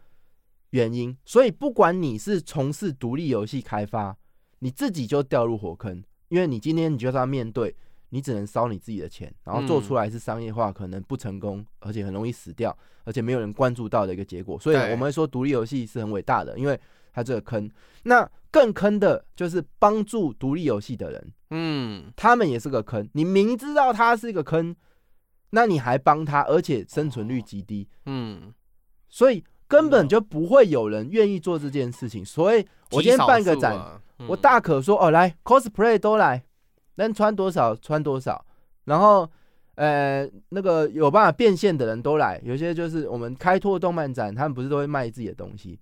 原因。所以不管你是从事独立游戏开发，你自己就掉入火坑，因为你今天你就是要面对，你只能烧你自己的钱，然后做
嗯
出来是商业化，可能不成功，而且很容易死掉，而且没有人关注到的一个结果。所以
对
我们会说独立游戏是很伟大的，因为它这个坑。那更坑的就是帮助独立游戏的人，
嗯，
他们也是个坑。你明知道它是一个坑，那你还帮他，而且生存率极低，
嗯，
所以根本就不会有人愿意做这件事情。所以我今天办个
极少数
展，
啊，
我
嗯
大可说哦，来 cosplay 都来，能穿多少穿多少，然后。呃，那个有办法变现的人都来，有些就是我们开拓动漫展，他们不是都会卖自己的东西，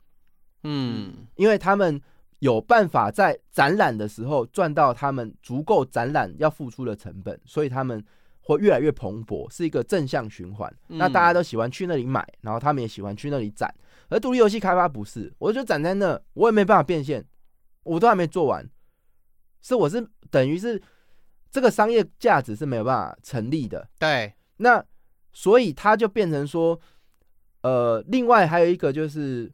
嗯，
因为他们有办法在展览的时候赚到他们足够展览要付出的成本，所以他们会越来越蓬勃，是一个正向循环。
嗯
那大家都喜欢去那里买，然后他们也喜欢去那里展。而独立游戏开发不是，我就展在那，我也没办法变现，我都还没做完，是我是等于是这个商业价值是没有办法成立的。
对，
那所以它就变成说，呃，另外还有一个就是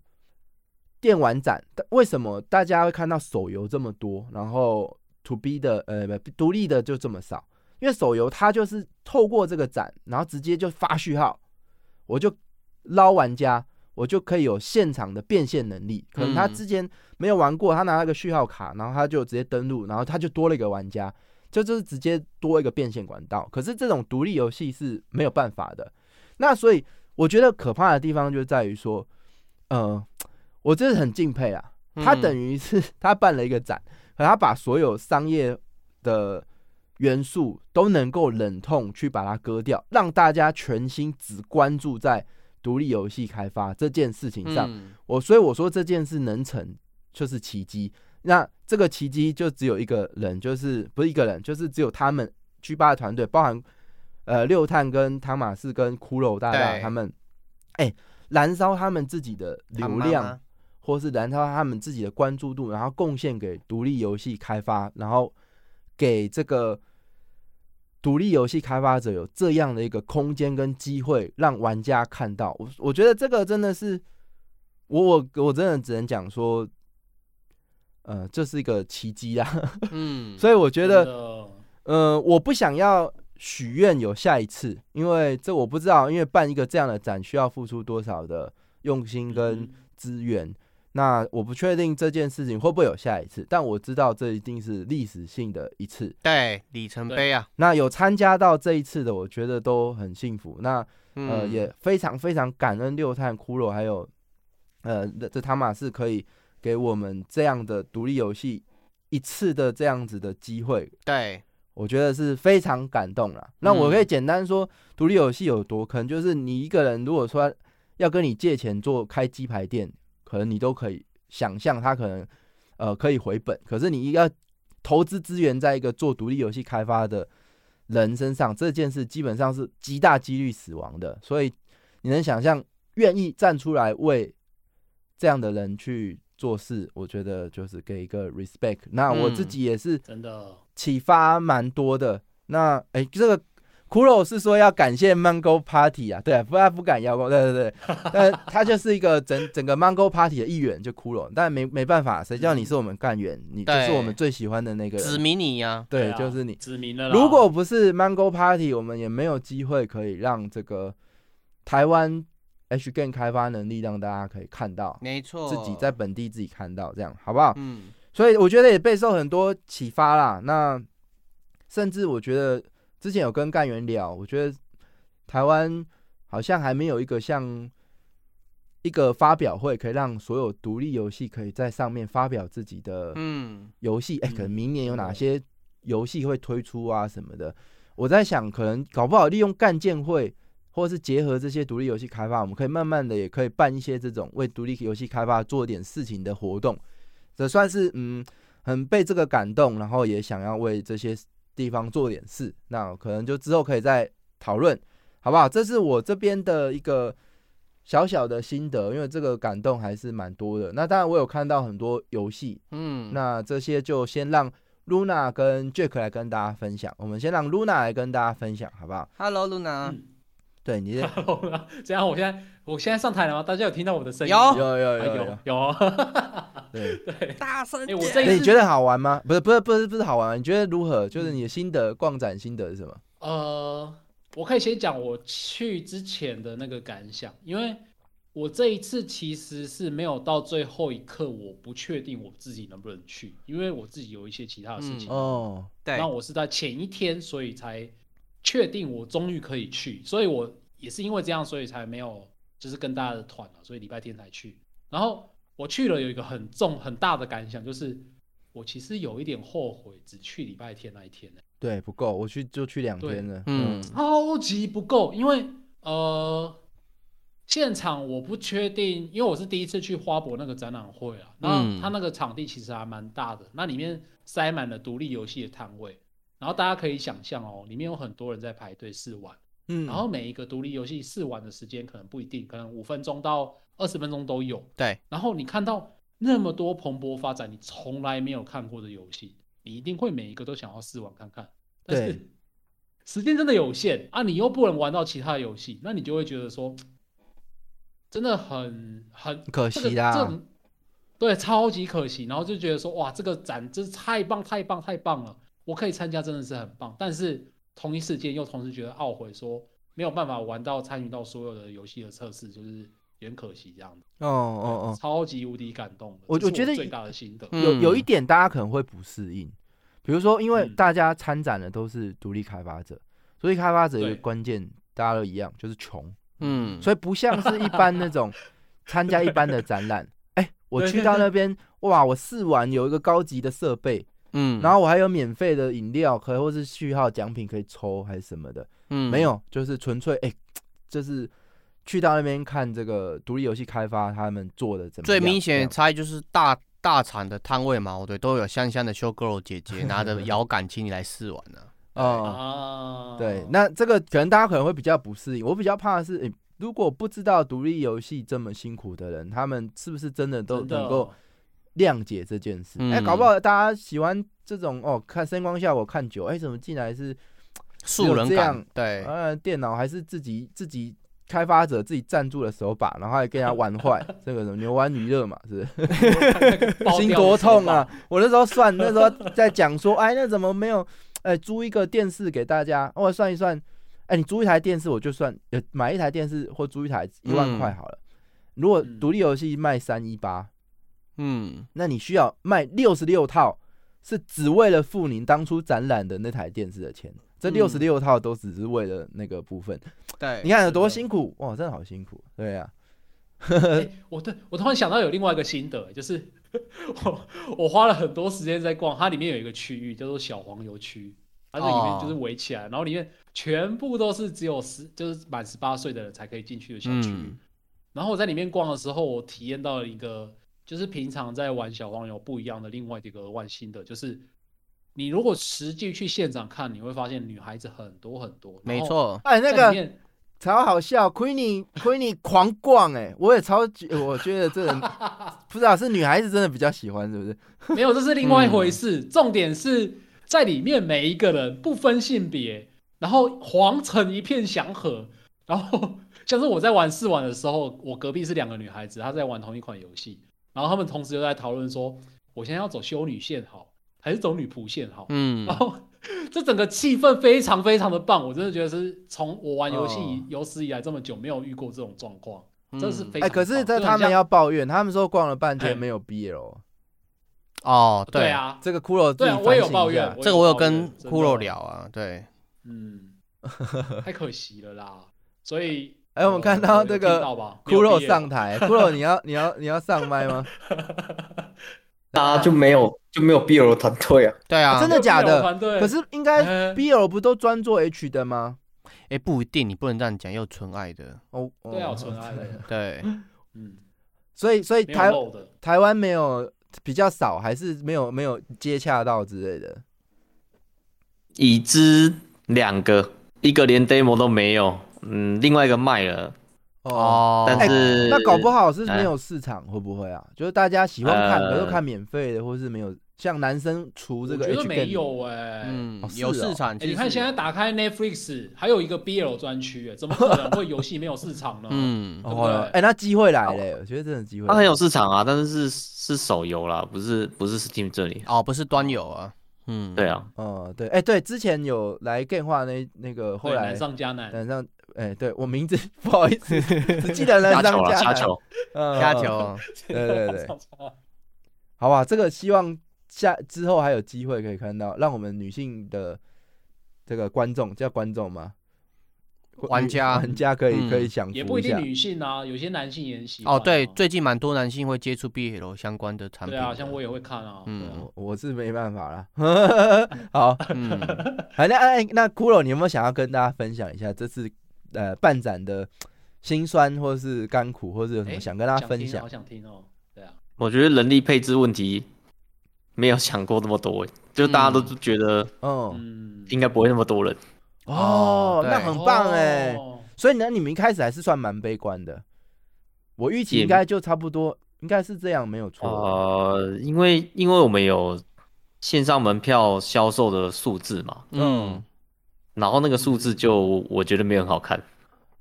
电玩展，但为什么大家会看到手游这么多，然后 to B 的呃不独立的就这么少？因为手游它就是透过这个展，然后直接就发序号，我就捞玩家，我就可以有现场的变现能力。可能他
嗯
之前没有玩过，他拿了个序号卡，然后他就直接登录，然后他就多了一个玩家，就这是直接多一个变现管道。可是这种独立游戏是没有办法的。那所以我觉得可怕的地方就在于说，呃，我真的很敬佩啊，他
嗯
等于是他办了一个展，可他把所有商业的元素都能够忍痛去把它割掉，让大家全心只关注在独立游戏开发这件事情上。
嗯
我所以我说这件事能成就是奇迹。那这个奇迹就只有一个人，就是不是一个人，就是只有他们 G 八的团队，包含呃六探跟汤马士跟骷髅大大
对
他们，哎、燃烧他们自己的
他
流
妈
量，
妈
或是燃烧他们自己的关注度，然后贡献给独立游戏开发，然后给这个独立游戏开发者有这样的一个空间跟机会，让玩家看到。我我觉得这个真的是，我我我真的只能讲说，呃，这是一个奇迹啊！(laughs)
嗯，
所以我觉得，
得
呃，我不想要许愿有下一次，因为这我不知道，因为办一个这样的展需要付出多少的用心
嗯
跟资源。那我不确定这件事情会不会有下一次，但我知道这一定是历史性的一次。
对里程碑啊，
那有参加到这一次的，我觉得都很幸福。那呃，
嗯，
也非常非常感恩六探骷髅，还有呃，这这塔马是可以给我们这样的独立游戏一次的这样子的机会，
对，
我觉得是非常感动啦。那我可以简单说，独立游戏有多坑，就是你一个人如果说要跟你借钱做开鸡排店，可能你都可以想象他可能呃可以回本，可是你要投资资源在一个做独立游戏开发的人身上，这件事基本上是极大几率死亡的。所以你能想象，愿意站出来为这样的人去做事，我觉得就是给一个 respect。那我自
嗯
己也是。
真的
启发蛮多的。那哎、诶这个骷髅是说要感谢 Mango Party 啊，对啊，不然不敢邀功，对对对，但他就是一个整整个 Mango Party 的一员，就骷髅，但没没办法，谁叫你是我们干员，你就
对
是我们最喜欢的那个
指
人，
迷你呀，
对，
啊
就是你。
指明了啦。
如果不是 Mango Party，我们也没有机会可以让这个台湾 H Game 开发能力让大家可以看到，
没错，
自己在本地自己看到，这样好不好？
嗯
所以我觉得也备受很多启发啦。那甚至我觉得之前有跟干员聊，我觉得台湾好像还没有一个像一个发表会，可以让所有独立游戏可以在上面发表自己的
嗯，
游戏。哎、可能明年有哪
嗯
些游戏会推出啊什么的？我在想，可能搞不好利用干建会，或是结合这些独立游戏开发，我们可以慢慢的也可以办一些这种为独立游戏开发做点事情的活动。这算是嗯，很被这个感动，然后也想要为这些地方做点事。那可能就之后可以再讨论，好不好？这是我这边的一个小小的心得，因为这个感动还是蛮多的。那当然，我有看到很多游戏，
嗯，
那这些就先让 Luna 跟 Jack 来跟大家分享。我们先让 Luna 来跟大家分享，好不好？
Hello Luna，
嗯
对你
(laughs)
是
(laughs) 这样我现在我现在上台了吗？大家有听到我的声音？
有
有有
哎
有
有
有，
有哦，
对。
(laughs) 对，
大声
哎我
点
这一
那
次
你觉得好玩吗？不是不是不是不是好玩，你觉得如何？就是你的心得，逛展心得是什么？
呃，我可以先讲我去之前的那个感想，因为我这一次其实是没有到最后一刻，我不确定我自己能不能去，因为我自己有一些其他的事情。
嗯
哦，
对
那，我是在前一天，所以才确定我终于可以去，所以我也是因为这样，所以才没有就是跟大家的团啊，所以礼拜天才去。然后我去了有一个很重很大的感想，就是我其实有一点后悔只去礼拜天那一天呢、
对，不够，我去就去两天了。
嗯，
超级不够，因为呃，现场我不确定，因为我是第一次去花博那个展览会啊，
嗯
那它那个场地其实还蛮大的，那里面塞满了独立游戏的摊位，然后大家可以想象哦，里面有很多人在排队试玩，
嗯，
然后每一个独立游戏试玩的时间可能不一定，可能五分钟到二十分钟都有，
对，
然后你看到那么多蓬勃发展你从来没有看过的游戏，你一定会每一个都想要试玩看看。但
对
是时间真的有限啊，你又不能玩到其他游戏，那你就会觉得说，真的很很
可啊
这个
惜啦
这种对，超级可惜。然后就觉得说，哇，这个展真是太棒，太棒，太棒了！我可以参加，真的是很棒。但是同一时间又同时觉得懊悔说，没有办法玩到参与到所有的游戏的测试，就是有点可惜这样子。
哦哦
超级无敌感动的。
我
这
我
是
觉得
最大的心得，
哦，
嗯
有有一点大家可能会不适应，比如说因为
嗯
大家参展的都是独立开发者，独立开发者有一个
对
关键，大家都一样，就是穷。
嗯，
所以不像是一般那种参加一般的展览。哎、我
对
去
对
到
对
那边，哇，我试完有一个高级的设备，
嗯，
然后我还有免费的饮料，可或是序号奖品可以抽还是什么的，
嗯
没，有，就是纯粹哎、就是去到那边看这个独立游戏开发他们做的怎么
最
样。
明显
这
的
样
差异就是大大厂的摊位嘛，对，都有香香的 show girl 姐姐
(laughs)
拿着摇杆请你来试玩呢。
哦，
啊，
对，那这个可能大家可能会比较不适应，我比较怕的是。哎如果不知道独立游戏这么辛苦的人，他们是不是真的都
真的
能够谅解这件事。哎、
嗯
搞不好大家喜欢这种哦，看声光效果看久，哎、怎么进来是
素人
只有这
感
样，
对，
呃电脑还是自己自己开发者自己赞助的手把，然后还跟人家玩坏，这个什么牛丸娱乐嘛，是不是？
爆
心
掉
多
的时候
痛
吧
啊！！我那时候算，那时候在讲说， (laughs) 哎，那怎么没有，呃，租一个电视给大家？我算一算，哎，你租一台电视，我就算呃买一台电视或租一台一万
嗯
块好了。如果
嗯
独立游戏卖三一八，
嗯，
那你需要卖六十六套，是只为了付您当初展览的那台电视的钱。这
嗯
六十六套都只是为了那个部分，
对，
你看有多
的
辛苦哇，真的好辛苦，对啊，
呃
哎我对我突然想到有另外一个心得，就是 (laughs) 我我花了很多时间在逛，它里面有一个区域叫做小黄油区，它这里
哦
面就是围起来，然后里面全部都是只有十就是满十八岁的人才可以进去的小区域。
嗯
然后我在里面逛的时候，我体验到了一个就是平常在玩小黄油不一样的另外一个额外心得，就是你如果实际去现场看，你会发现女孩子很多很多，
没，
(laughs)
错，
哎，那
在里
个
面
超好笑，Queenie Queenie 狂逛哎、我也超级，我觉得
(laughs)
这人不知道是女孩子真的比较喜欢，是不是？
没有，这是另外一回事。重点是在里面每一个人不分性别，然后皇城一片祥和。然后 (laughs) 像是我在玩试玩的时候，我隔壁是两个女孩子，她在玩同一款游戏，然后她们同时又在讨论说，我现在要走修女线好，还是走女仆线好？
嗯
然，后 (laughs) 这整个气氛非常非常的棒，我真的觉得是从我玩游戏
哦
有史以来这么久没有遇过这种状况，
嗯
真的是非
哎、
常棒。
可是
就
这
很
他们
像
要抱怨，他们说逛了半
哎
天没有 BL，
哦，
对，啊，
这个骷髅自
对
己
啊，
反
我也有
省一
抱怨
下，
这个我有
抱怨
跟
真的
骷髅聊啊，对，
嗯，太可惜了啦。所以，呃
哎，我们看到这
有听
个
到吧，
骷髅
你有毕业
上
吗，
台，骷髅你要你要你要上麦
(laughs)
吗？
大家就没有就没有 BL 团队啊，
对啊，
真的假
有
的？
团队，
可是应该
哎
BL 不都专做 H 的吗？
哎，不一定，你不能这样讲，又纯爱的，
哦，哦
对啊，有纯爱的，
对，
嗯，
所以所以
没有
台
漏的，
台湾没有比较少，还是没有没有接洽到之类的。
已知两个，一个连 demo 都没有，嗯，另外一个卖了，
哦，
哦，
但是、
那搞不好是
哎
没有市场，会不会啊？就是大家喜欢看，
呃
可是看免费的，或是没有像男生除这
我
个
觉
H
得
game
没。有哎，
嗯
哦，
有
是
市
哦
场，
哎
其
你看
实
现在打开 Netflix，还有一个 BL 专区，哎，怎么可能会游戏没有市场呢？
嗯
对，不对
哦，哎，那机会来了，我觉得真的机会来
它
了。
很有市场啊，但是是是手游啦，不是不是 Steam 这里。
哦，不是端游啊，嗯，
对啊，
哦，对，哎，对，之前有来电话那那个，后
对，
来
难上加 (laughs) 难，
等上，哎，对我名字 (laughs) 不好意思，只记得
瞎
南
球
上
啦，
加
瞎
南
球，
嗯嗯
虾
呃
球，哦
对对对
上加难
好吧，这个希望下之后还有机会可以看到，让我们女性的这个观众叫观众吗？
玩家
女玩家可以、
嗯
可以享
也
福
不一
一
定
下。
女性啊，有些男性也喜欢啊
哦，对，最近蛮多男性会接触 BL 相关的产品
对
的，
啊，像我也会看啊，
嗯
对啊
我我是没办法啦。 (laughs) 好，
(laughs)
嗯，
好，那哎，那骷髅，你有没有想要跟大家分享一下这次呃办展的辛酸，或是甘苦，或是有什么
哎
想跟大家
想
分
听
享
好？想听哦，对啊，
我觉得人力配置问题没有想过那么多，就大家都
嗯
觉得
嗯，
嗯，
应该不会那么多人。
哦
哦，
那
对
很棒哎、
哦
所以呢，你们一开始还是算蛮悲观的。我预期
也
应该就差不多，应该是这样，没有错。
呃，因为因为我们有线上门票销售的数字嘛，
嗯
然后那个数字就我觉得没有很好看。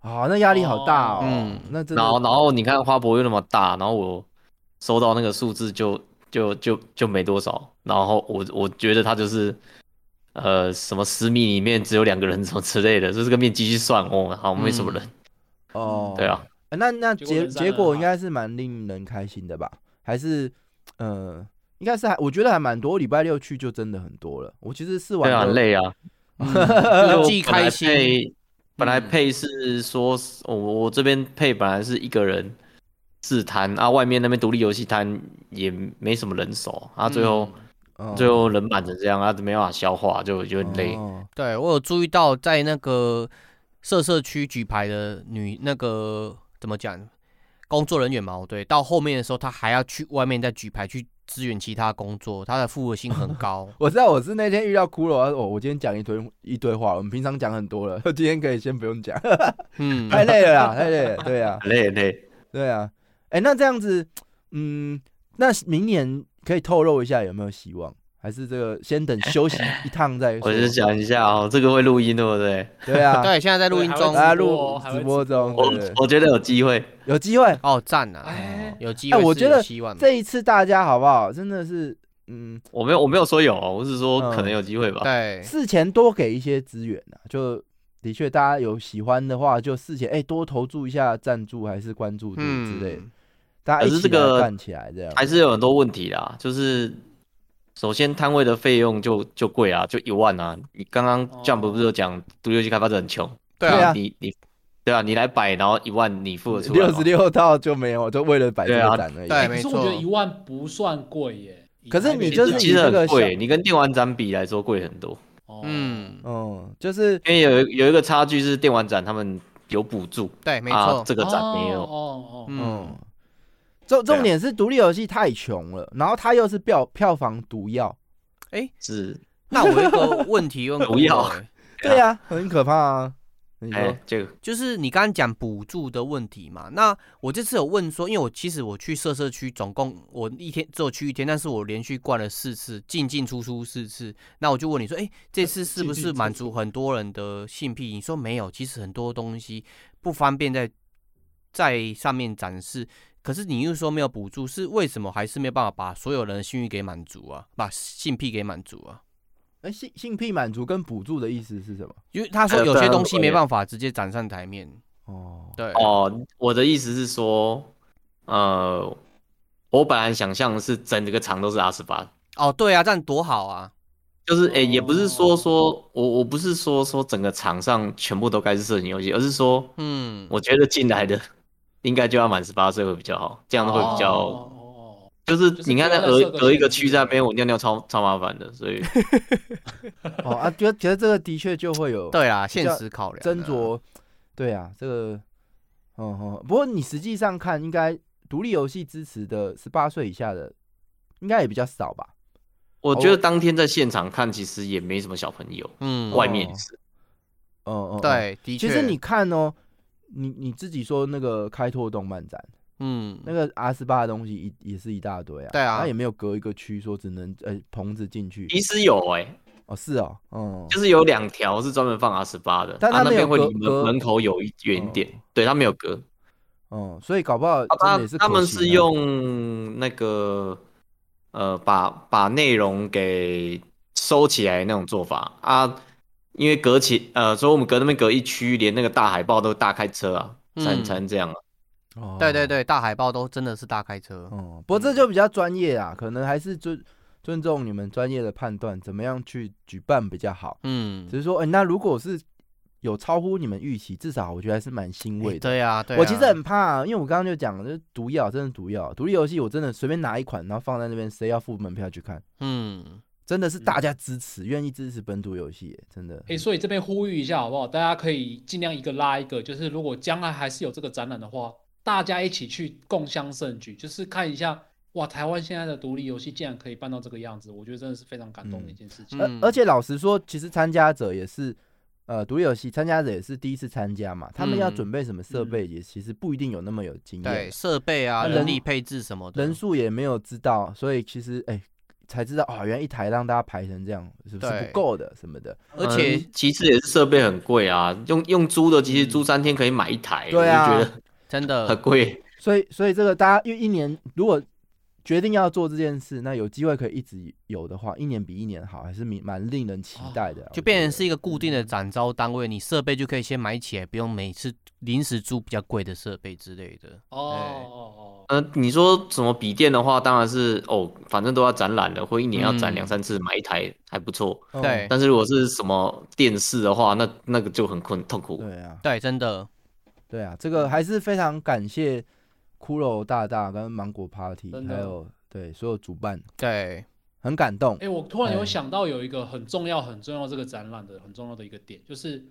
啊、那压力好大哦。
嗯
那真的。
然后然后你看花博又那么大，然后我收到那个数字就就就就没多少，然后我我觉得他就是呃什么十米里面只有两个人什么之类的，就是个面积去算哦，好没什么人，
哦，
对啊，
呃那那
结果
结
人山
结
人
果
海
应该是蛮令人开心的吧？还是，呃，应该是还我觉得还蛮多。礼拜六去就真的很多了。我其实试完
对啊，很
就
累啊，
嗯，
就
就既开心，。
本来
嗯
配是说，我、我这边配本来是一个人自摊啊，外面那边独立游戏摊也没什么人手啊， (laughs) 最后、
哦
嗯
最后人满成这样啊，没办法消化，就就很累。
哦。
对我有注意到，在那个社社区举牌的女那个怎么讲，工作人员嘛，哦对，到后面的时候，他还要去外面再举牌去支援其他工作，他的复合性很高
我知道，我是那天遇到骷髅，他说哦，我今天讲一堆一堆话，我们平常讲很多了， (laughs) 今天可以先不用
(laughs)
讲，
嗯，
太累了啦，太累了，对啊，
很累很累，
对啊，哎、那这样子，嗯，那明年可以透露一下有没有希望？还是这个先等休息一趟再说？
我就讲一下哦，这个会录音对不对？
对啊，
对，现在在录
对
音
还
中
会
大家
直播
录
还会
直播中，
我
对对
我觉得有机会，
有机会。
哦，赞啊，
哎
有机
哎
会
我
是
觉
有
得
希望的。
这一次大家好不好？真的是，嗯，
我没有我没有说有哦，我是说
嗯
可能有机会吧。
对，
事前多给一些资源啊，就的确大家有喜欢的话，就事前哎、多投注一下赞助还是关注度之类的，
嗯，
大家一
可是
起
这个
来办起来这样。
还是有很多问题啦，就是首先摊位的费用就就贵啊，就一万啊。你刚刚
哦
Jump 不是有讲独立游戏开发者很穷，
对
对啊
啊，
你你对啊，你来摆，然后一万你付得出来
六
吗
十六套就没有，就为了摆这
对
个
啊
展而已。
对
可
没
是
错
我觉得一万不算贵耶。以
可是
台北
你
市
就
这
是
场
其实
以这个
很贵，
小
你跟电玩展比来说贵很多，
哦
嗯，
嗯，就是
因为有有一个差距是电玩展他们有补助，
对，没
啊
错，，
这个展没有。
哦哦哦，
嗯
嗯，重
对啊
重点是独立游戏太穷了，然后它又是票票房毒药，
是，
那我有一个问题问
不要
各位
对啊，很可怕啊。你说，
哎，这个
就是你刚刚讲补助的问题嘛，那我这次有问说，因为我其实我去社社区，总共我一天只有去一天，但是我连续逛了四次，进进出出四次。那我就问你说，哎、这次是不是满足很多人的性癖？你说没有，其实很多东西不方便在在上面展示。可是你又说没有补助，是为什么？还是没有办法把所有人的性欲给满足啊，把性癖给满足啊？
哎，性性癖满足跟补助的意思是什么？
因为他说
呃
有
对
些
啊
东西
我
没
也
办法直接展上台面，
哦，
对，
哦，我的意思是说，呃，我本来想象是整个场都是阿斯巴，
哦，对啊，这样多好啊！
就是诶、也不是说说我我不是说说整个场上全部都该是色情游戏，而是说
嗯，
我觉得进来的应该就要满十八岁会比较好，这样会比较。
哦
就是你看那
就是不要再
隔
设个
隔一个
限制
区在那边，我尿尿超超麻烦的，所以
哦啊，觉得觉得这个的确就会有
对啦，
比
现
较
实考量，啊
斟。酌，对啊，这个，哦哦，不过你实际上看，应该独立游戏支持的十八岁以下的，应该也比较少吧？
我觉得当天在现场看其实也没什么小朋友，
嗯，
外面也是。
哦哦，哦，
对，的确，
其实你看哦，你你自己说那个开拓动漫展，
嗯，
那个 R 十八的东西一也是一大堆啊，
对啊
它也没有隔一个区说只能呃棚子进去，
其实有哎、
哦是哦，嗯，
就是有两条是专门放 R 十八的，
但
啊
它
那
没有
边会离
隔
门
隔
门口有一远一点，
哦
对他没有隔，
哦，所以搞不好
啊
真
他
的也是
他
可
们
惜
是
啊
用那个呃把把内容给收起来那种做法啊，因为隔起呃，所以我们隔那边隔一区，连那个大海报都大开车啊，才
嗯
才能这样啊。
哦
对对嗯对，大海报都真的是大开车。
哦，不过这就比较专业啦，可能还是尊尊重你们专业的判断，怎么样去举办比较好。
嗯
只，是说，哎、那如果是有超乎你们预期，至少我觉得还是蛮欣
诶
慰的。
对啊，对啊。
我其实很怕、因为我刚刚就讲了，就是毒药，真的毒药，独立游戏我真的随便拿一款，然后放在那边，谁要付门票去看？
嗯，
真的是大家支持，愿、意支持本土游戏耶，真的。
哎、所以这边呼吁一下好不好？大家可以尽量一个拉一个，就是如果将来还是有这个展览的话，大家一起去共襄盛举，就是看一下哇，台湾现在的独立游戏竟然可以办到这个样子，我觉得真的是非常感动的一件事情。
而、
嗯
而且老实说，其实参加者也是，呃，独立游戏参加者也是第一次参加嘛，他们要
嗯
准备什么设
嗯
备，也其实不一定有那么有经验。
对，设备啊，
那
人
人
力配置什么的，
人数也没有知道，所以其实哎、才知道哦，原来一台让大家排成这样是不是
对
不够的什么的。
而且
嗯其次也是设备很贵啊，用用租的，其实租三天可以买一台，
嗯对啊
我就觉
真
得很
的，
贵。
所以所以这个大家因为一年如果决定要做这件事，那有机会可以一直有的话，一年比一年好，还是蛮蛮令人期待的啊。
哦就变成是
一
一个固定的展招单位，你设备就可以先买起来，不用每次临时租比较贵的设备之类的。
哦哦哦，
呃，你说什么笔电的话，当然是哦，反正都要展览了，或一年要展
嗯
两三次，买一台还不错。
对
但是如果是什么电视的话，那那个就很困痛苦。
对啊，
对，真的，
对啊，这个还是非常感谢骷髅大大跟芒果 Party
真的哦
还有对所有主办，
对，
很感动
哎、。我突然有
哎
想到有一个很重要、很重要这个展览的很重要的一个点，就是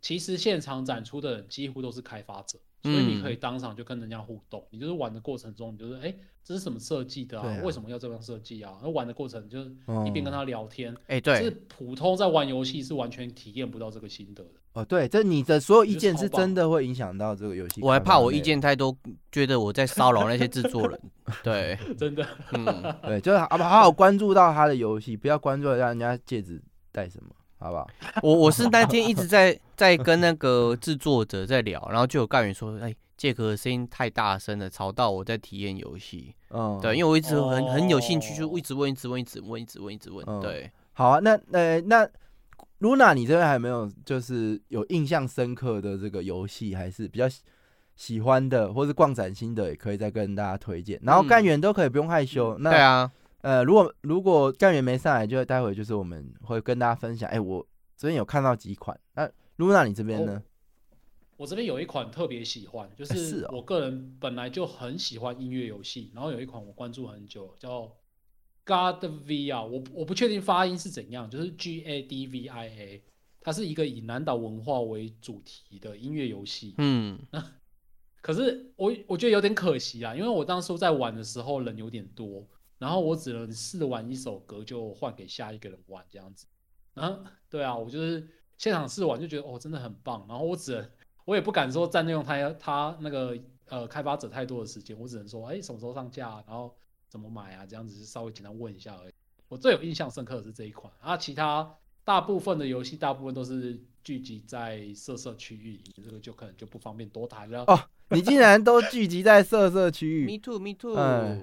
其实现场展出的人几乎都是开发者，所以你
嗯
可以当场就跟人家互动，你就是玩的过程中，你就是哎、这是什么设计的
对
啊
啊？
为什么要这样设计啊？那玩的过程就是一边
嗯
跟他聊天，
哎
就是
对，
普通在玩游戏是完全体验不到这个心得的。
(laughs) 哦，对，这你的所有意
就是
见
超
是
棒
真的会影响到这个游戏开发的内容。
我还怕我意见太多，觉得我在骚扰那些制作 (laughs) 人。对，
真的，
嗯，
对，就是好好好关注到他的游戏，不要关注让人家戒指戴什么，好不好？
我我是那天一直在在跟那个制作者在聊，然后就有干员说，哎，杰克的声音太大声了，吵到我在体验游戏。
嗯，
对，因为我一直很很有兴趣，就
哦
一直问，一直问，一直问，一直问，一直
嗯
问。对，
好啊。那呃，那露娜，你这边还有没有就是有印象深刻的这个游戏，还是比较喜喜欢的，或是逛展新的，也可以再跟大家推荐。然后干
嗯
员都可以不用害羞。那
对啊，
呃，如果如果干员没上来，就待会就是我们会跟大家分享。哎、我这边有看到几款。那露娜，你这边
哦
呢？
我这边有一款特别喜欢，就
哎是
是
哦
我个人本来就很喜欢音乐游戏，然后有一款我关注很久，叫 God V 啊，我我不确定发音是怎样，就是 G A D V I A，它是一个以南岛文化为主题的音乐游戏。
嗯，
可是我我觉得有点可惜啊，因为我当初在玩的时候人有点多，然后我只能试玩一首歌就换给下一个人玩这样子。然后对啊，我就是现场试玩就觉得哦真的很棒，然后我只能我也不敢说占用他他那个呃开发者太多的时间，我只能说哎什么时候上架啊、然后怎么买啊这样子就稍微简单问一下而已。我最有印象深刻的是这一款，啊其他大部分的游戏大部分都是聚集在色色区域里面，这个就可能就不方便多谈了。
哦你竟然都聚集在色色区域
Me too, me too。
哎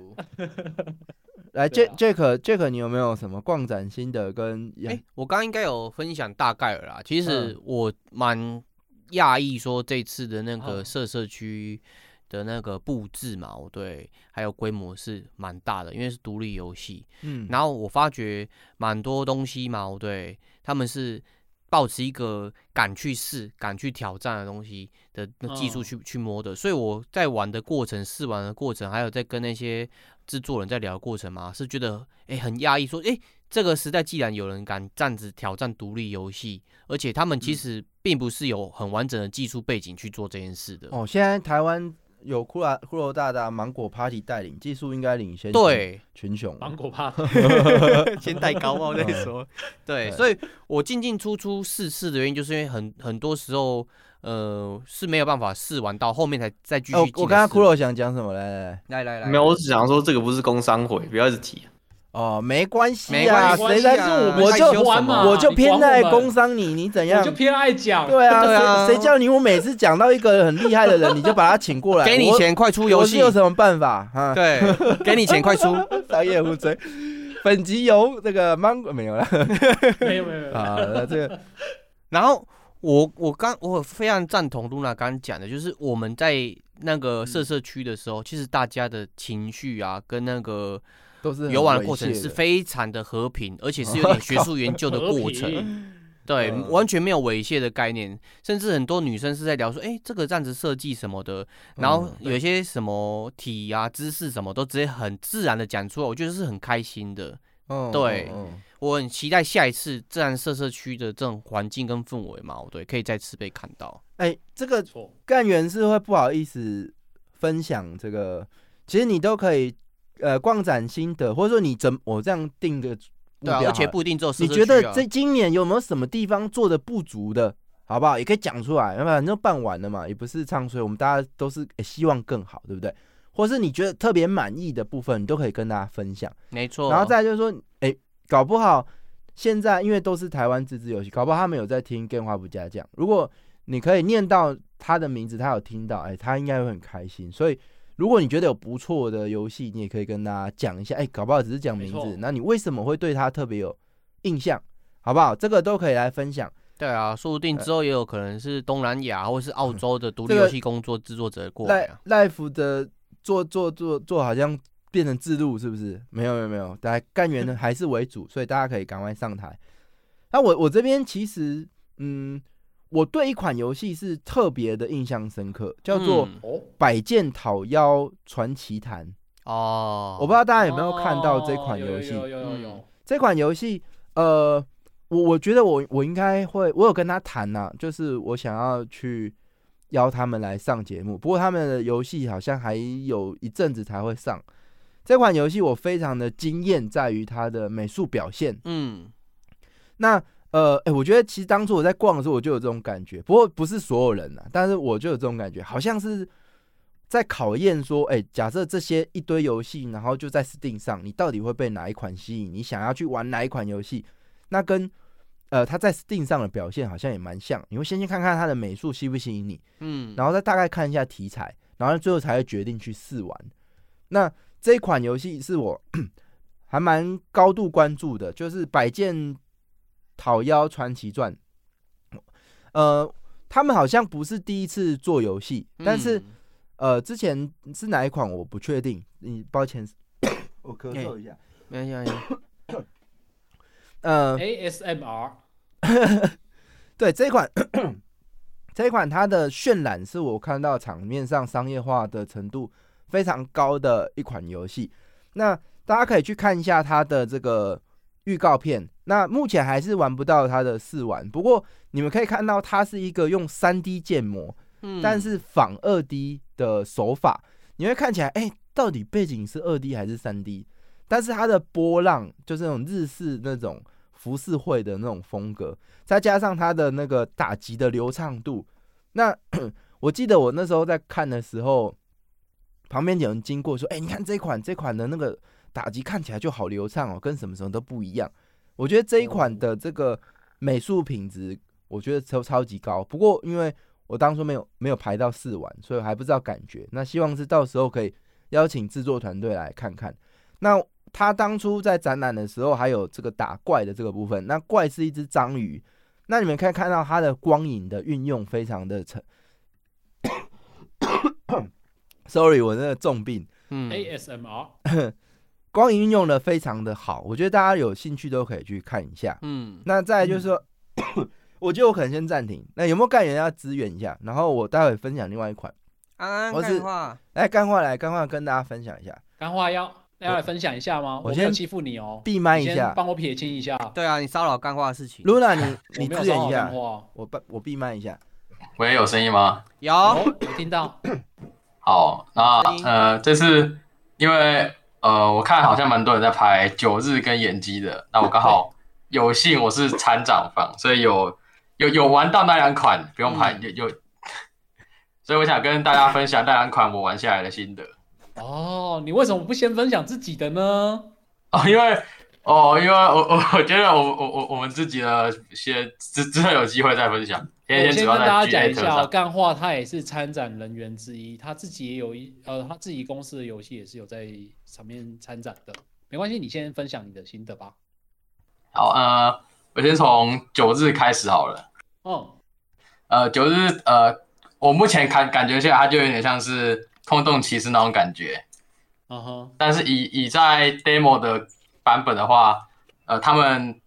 来
对
，Jack Jack
啊
Jack，你有没有什么逛展心得跟？
哎、我刚刚应该有分享大概了啦。其实
嗯
我蛮讶异，说这次的那个
哦
社社区的那个布置嘛，我对，还有规模是蛮大的，因为是独立游戏。
嗯，
然后我发觉蛮多东西嘛，我对他们是抱持一个敢去试、敢去挑战的东西的那技术
哦
去、去摸的。所以我在玩的过程、试玩的过程，还有在跟那些制作人在聊的过程嘛，是觉得哎、诶很压抑，说哎、诶这个时代既然有人敢这样子挑战独立游戏，而且他
嗯
们其实并不是有很完整的技术背景去做这件事的。
哦，现在台湾有骷髅骷髅大大芒果 Party 带领，技术应该领先
对，
群雄了。
芒果
(laughs)
怕
先戴高帽再
嗯
说。对，
对
所以我进进出出试试的原因，就是因为很很多时候，呃，是没有办法试完到后面才再继续
哦，
进来试。
我刚刚骷髅想讲什么？来来来，
来来来，
没有，我只想说这个不是工商会，不要一直提。啊
哦，没关系
没
啊，
关啊系啊
谁在
是
我
我
们
们
我
害羞
就
什么
我就偏爱工
司，
伤你，你怎
我
样
就？偏爱讲。
对
对
啊，
啊
谁谁叫你我每次讲到一个很厉害的人，你就把他请过来，
给你
我，
钱快出游
我
戏
是。有什么办法啊？
对，给你钱快出。 (laughs)
商业互吹。本集由这个芒果没有了
没有没有没有，
啊，那 (laughs) 这个
然后我我刚我非常赞同露娜刚刚讲的，就是我们在那
嗯
个社社区的时候，其实大家的情绪啊，跟那个
都是很
游玩的过程
猥亵
是
的
非常的和平，而且
(laughs)
是有点学术研究的
和
过程。
平
对，
嗯
完全没有猥亵的概念，甚至很多女生是在聊说，哎、这个站子设计什
嗯
么的，然后有一些什么体啊、姿势什么，都直接很自然的讲出来，我觉得是很开心的。
嗯
对
嗯嗯
我很期待下一次自然社社区的这种环境跟氛围嘛，对，可以再次被看到。
哎，这个
错，
干员是会不好意思分享这个，其实你都可以，呃，逛展心得，或者说你怎我这样定个目
对、啊
标，，
而且不一定只有社
你
社
觉
区
得
啊
这今年有没有什么地方做的不足的，好不好？也可以讲出来，要不然就办完了嘛，也不是唱衰，我们大家都是、哎希望更好，对不对？或是你觉得特别满意的部分，你都可以跟大家分享。
没错，
然后再来就是说，哎、搞不好现在因为都是台湾自制游戏，搞不好他们有在听《电话不加酱》。如果你可以念到他的名字，他有听到，哎、他应该会很开心。所以，如果你觉得有不错的游戏，你也可以跟大家讲一下。哎、搞不好只是讲名
没
字
错，
那你为什么会对他特别有印象？好不好？这个都可以来分享。
对啊，说不定之后也有可能是东南亚或是澳洲的独立
呃这个
游戏工作制作者过来、
life
啊。
life 的做做做做好像变成自录是不是？没有没有没有，大家干员呢还是为主，所以大家可以赶快上台。那我我这边其实嗯，我对一款游戏是特别的印象深刻，叫做《
嗯
哦，
百剑讨妖传奇谭》
哦，
我不知道大家有没有看到这款游戏？
哦有有有有
嗯
有
这款游戏，呃，我我觉得我我应该会，我有跟他谈呐、就是我想要去邀他们来上节目，不过他们的游戏好像还有一阵子才会上。这款游戏我非常的惊艳，在于它的美术表现。
嗯，
那呃，哎、我觉得其实当初我在逛的时候，我就有这种感觉，不过不是所有人呐、啊但是我就有这种感觉，好像是在考验说，哎、假设这些一堆游戏，然后就在 Steam 上，你到底会被哪一款吸引？你想要去玩哪一款游戏？那跟呃，它在 Steam 上的表现好像也蛮像，你会先去看看它的美术吸不吸引你，
嗯，
然后再大概看一下题材，然后最后才会决定去试玩。那这一款游戏是我 (coughs) 还蛮高度关注的，就是《百剑讨妖传奇传》。呃，他们好像不是第一次做游戏，但是、
嗯
呃，之前是哪一款我不确定，你抱歉，我咳
嗽
一下。
没关系没关系，
呃，
ASMR
对这一款，这一款它的渲染是我看到场面上商业化的程度非常高的一款游戏。那大家可以去看一下它的这个预告片。那目前还是玩不到它的试玩，不过你们可以看到它是一个用3 D 建模，
嗯
但是仿2 D 的手法，你会看起来，哎、到底背景是2 D 还是3 D？但是它的波浪就是那种日式那种浮世绘的那种风格，再加上它的那个打击的流畅度，那 (clears throat) 我记得我那时候在看的时候，旁边有人经过说：“哎、你看这款这款的那个打击看起来就好流畅哦，跟什么什么都不一样。”我觉得这一款的这个美术品质，我觉得超超级高。不过因为我当初没有没有排到试玩，所以我还不知道感觉。那希望是到时候可以邀请制作团队来看看。那他当初在展览的时候，还有这个打怪的这个部分。那怪是一只章鱼，那你们可以看到它的光影的运用非常的成， (coughs) Sorry，我真的重病。
嗯，
哎 ASMR
光影运用的非常的好，我觉得大家有兴趣都可以去看一下。
嗯，
那再来就是说， (coughs) 我觉得我可能先暂停。那有没有干员要支援一下？然后我待会分享另外一款。
安安
我是
干话，
来，干话来，干话跟大家分享一下，
干话要要来分享一下吗？
我
我没
先
有欺负你哦，
闭麦
你
一
先
下。
帮我撇清一下。
对啊，你骚扰干话的事情
Luna，你
(coughs) 我
你
没有
支
骚
援
扰
一
干
下，
话。
我闭我闭麦一下。
喂，有声音吗？
有
哦，我听到。
好，那
声音
呃，这次因为呃，我看好像蛮多人在拍九日跟演技的，那我刚好有幸我是参展方，所以有有有玩到那两款，不用排
嗯
有有， (laughs) 所以我想跟大家分享那两款我玩下来的心得 (laughs)
哦，你为什么不先分享自己的呢？
哦，因为哦，因为我我我觉得我我我我们自己的一些之之后有机会再分享，
我
今天
先
主
跟
要在
大家
G
讲
A
一
特
下哦，
上，
干话他也是参展人员之一，他自己也有一呃，他自己公司的游戏也是有在上面参展的。没关系，你先分享你的心得吧。
好呃，我先从九日开始好了。
嗯，
呃，就是呃，我目前感感觉下来，它就有点像是空洞骑士那种感觉。
嗯哼，
但是以以在 demo 的版本的话，呃，他们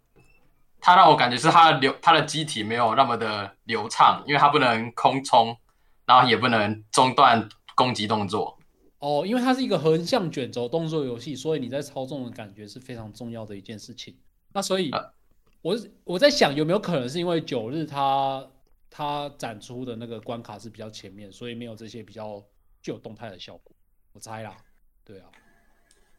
它让我感觉是它的流它的机体没有那么的流畅，因为它不能空冲，然后也不能中断攻击动作。
哦，因为它是一个横向卷轴动作游戏，所以你在操纵的感觉是非常重要的一件事情。那所以
啊，
我是我在想有没有可能是因为九日它它展出的那个关卡是比较前面，所以没有这些比较具有动态的效果，我猜啦。对啊，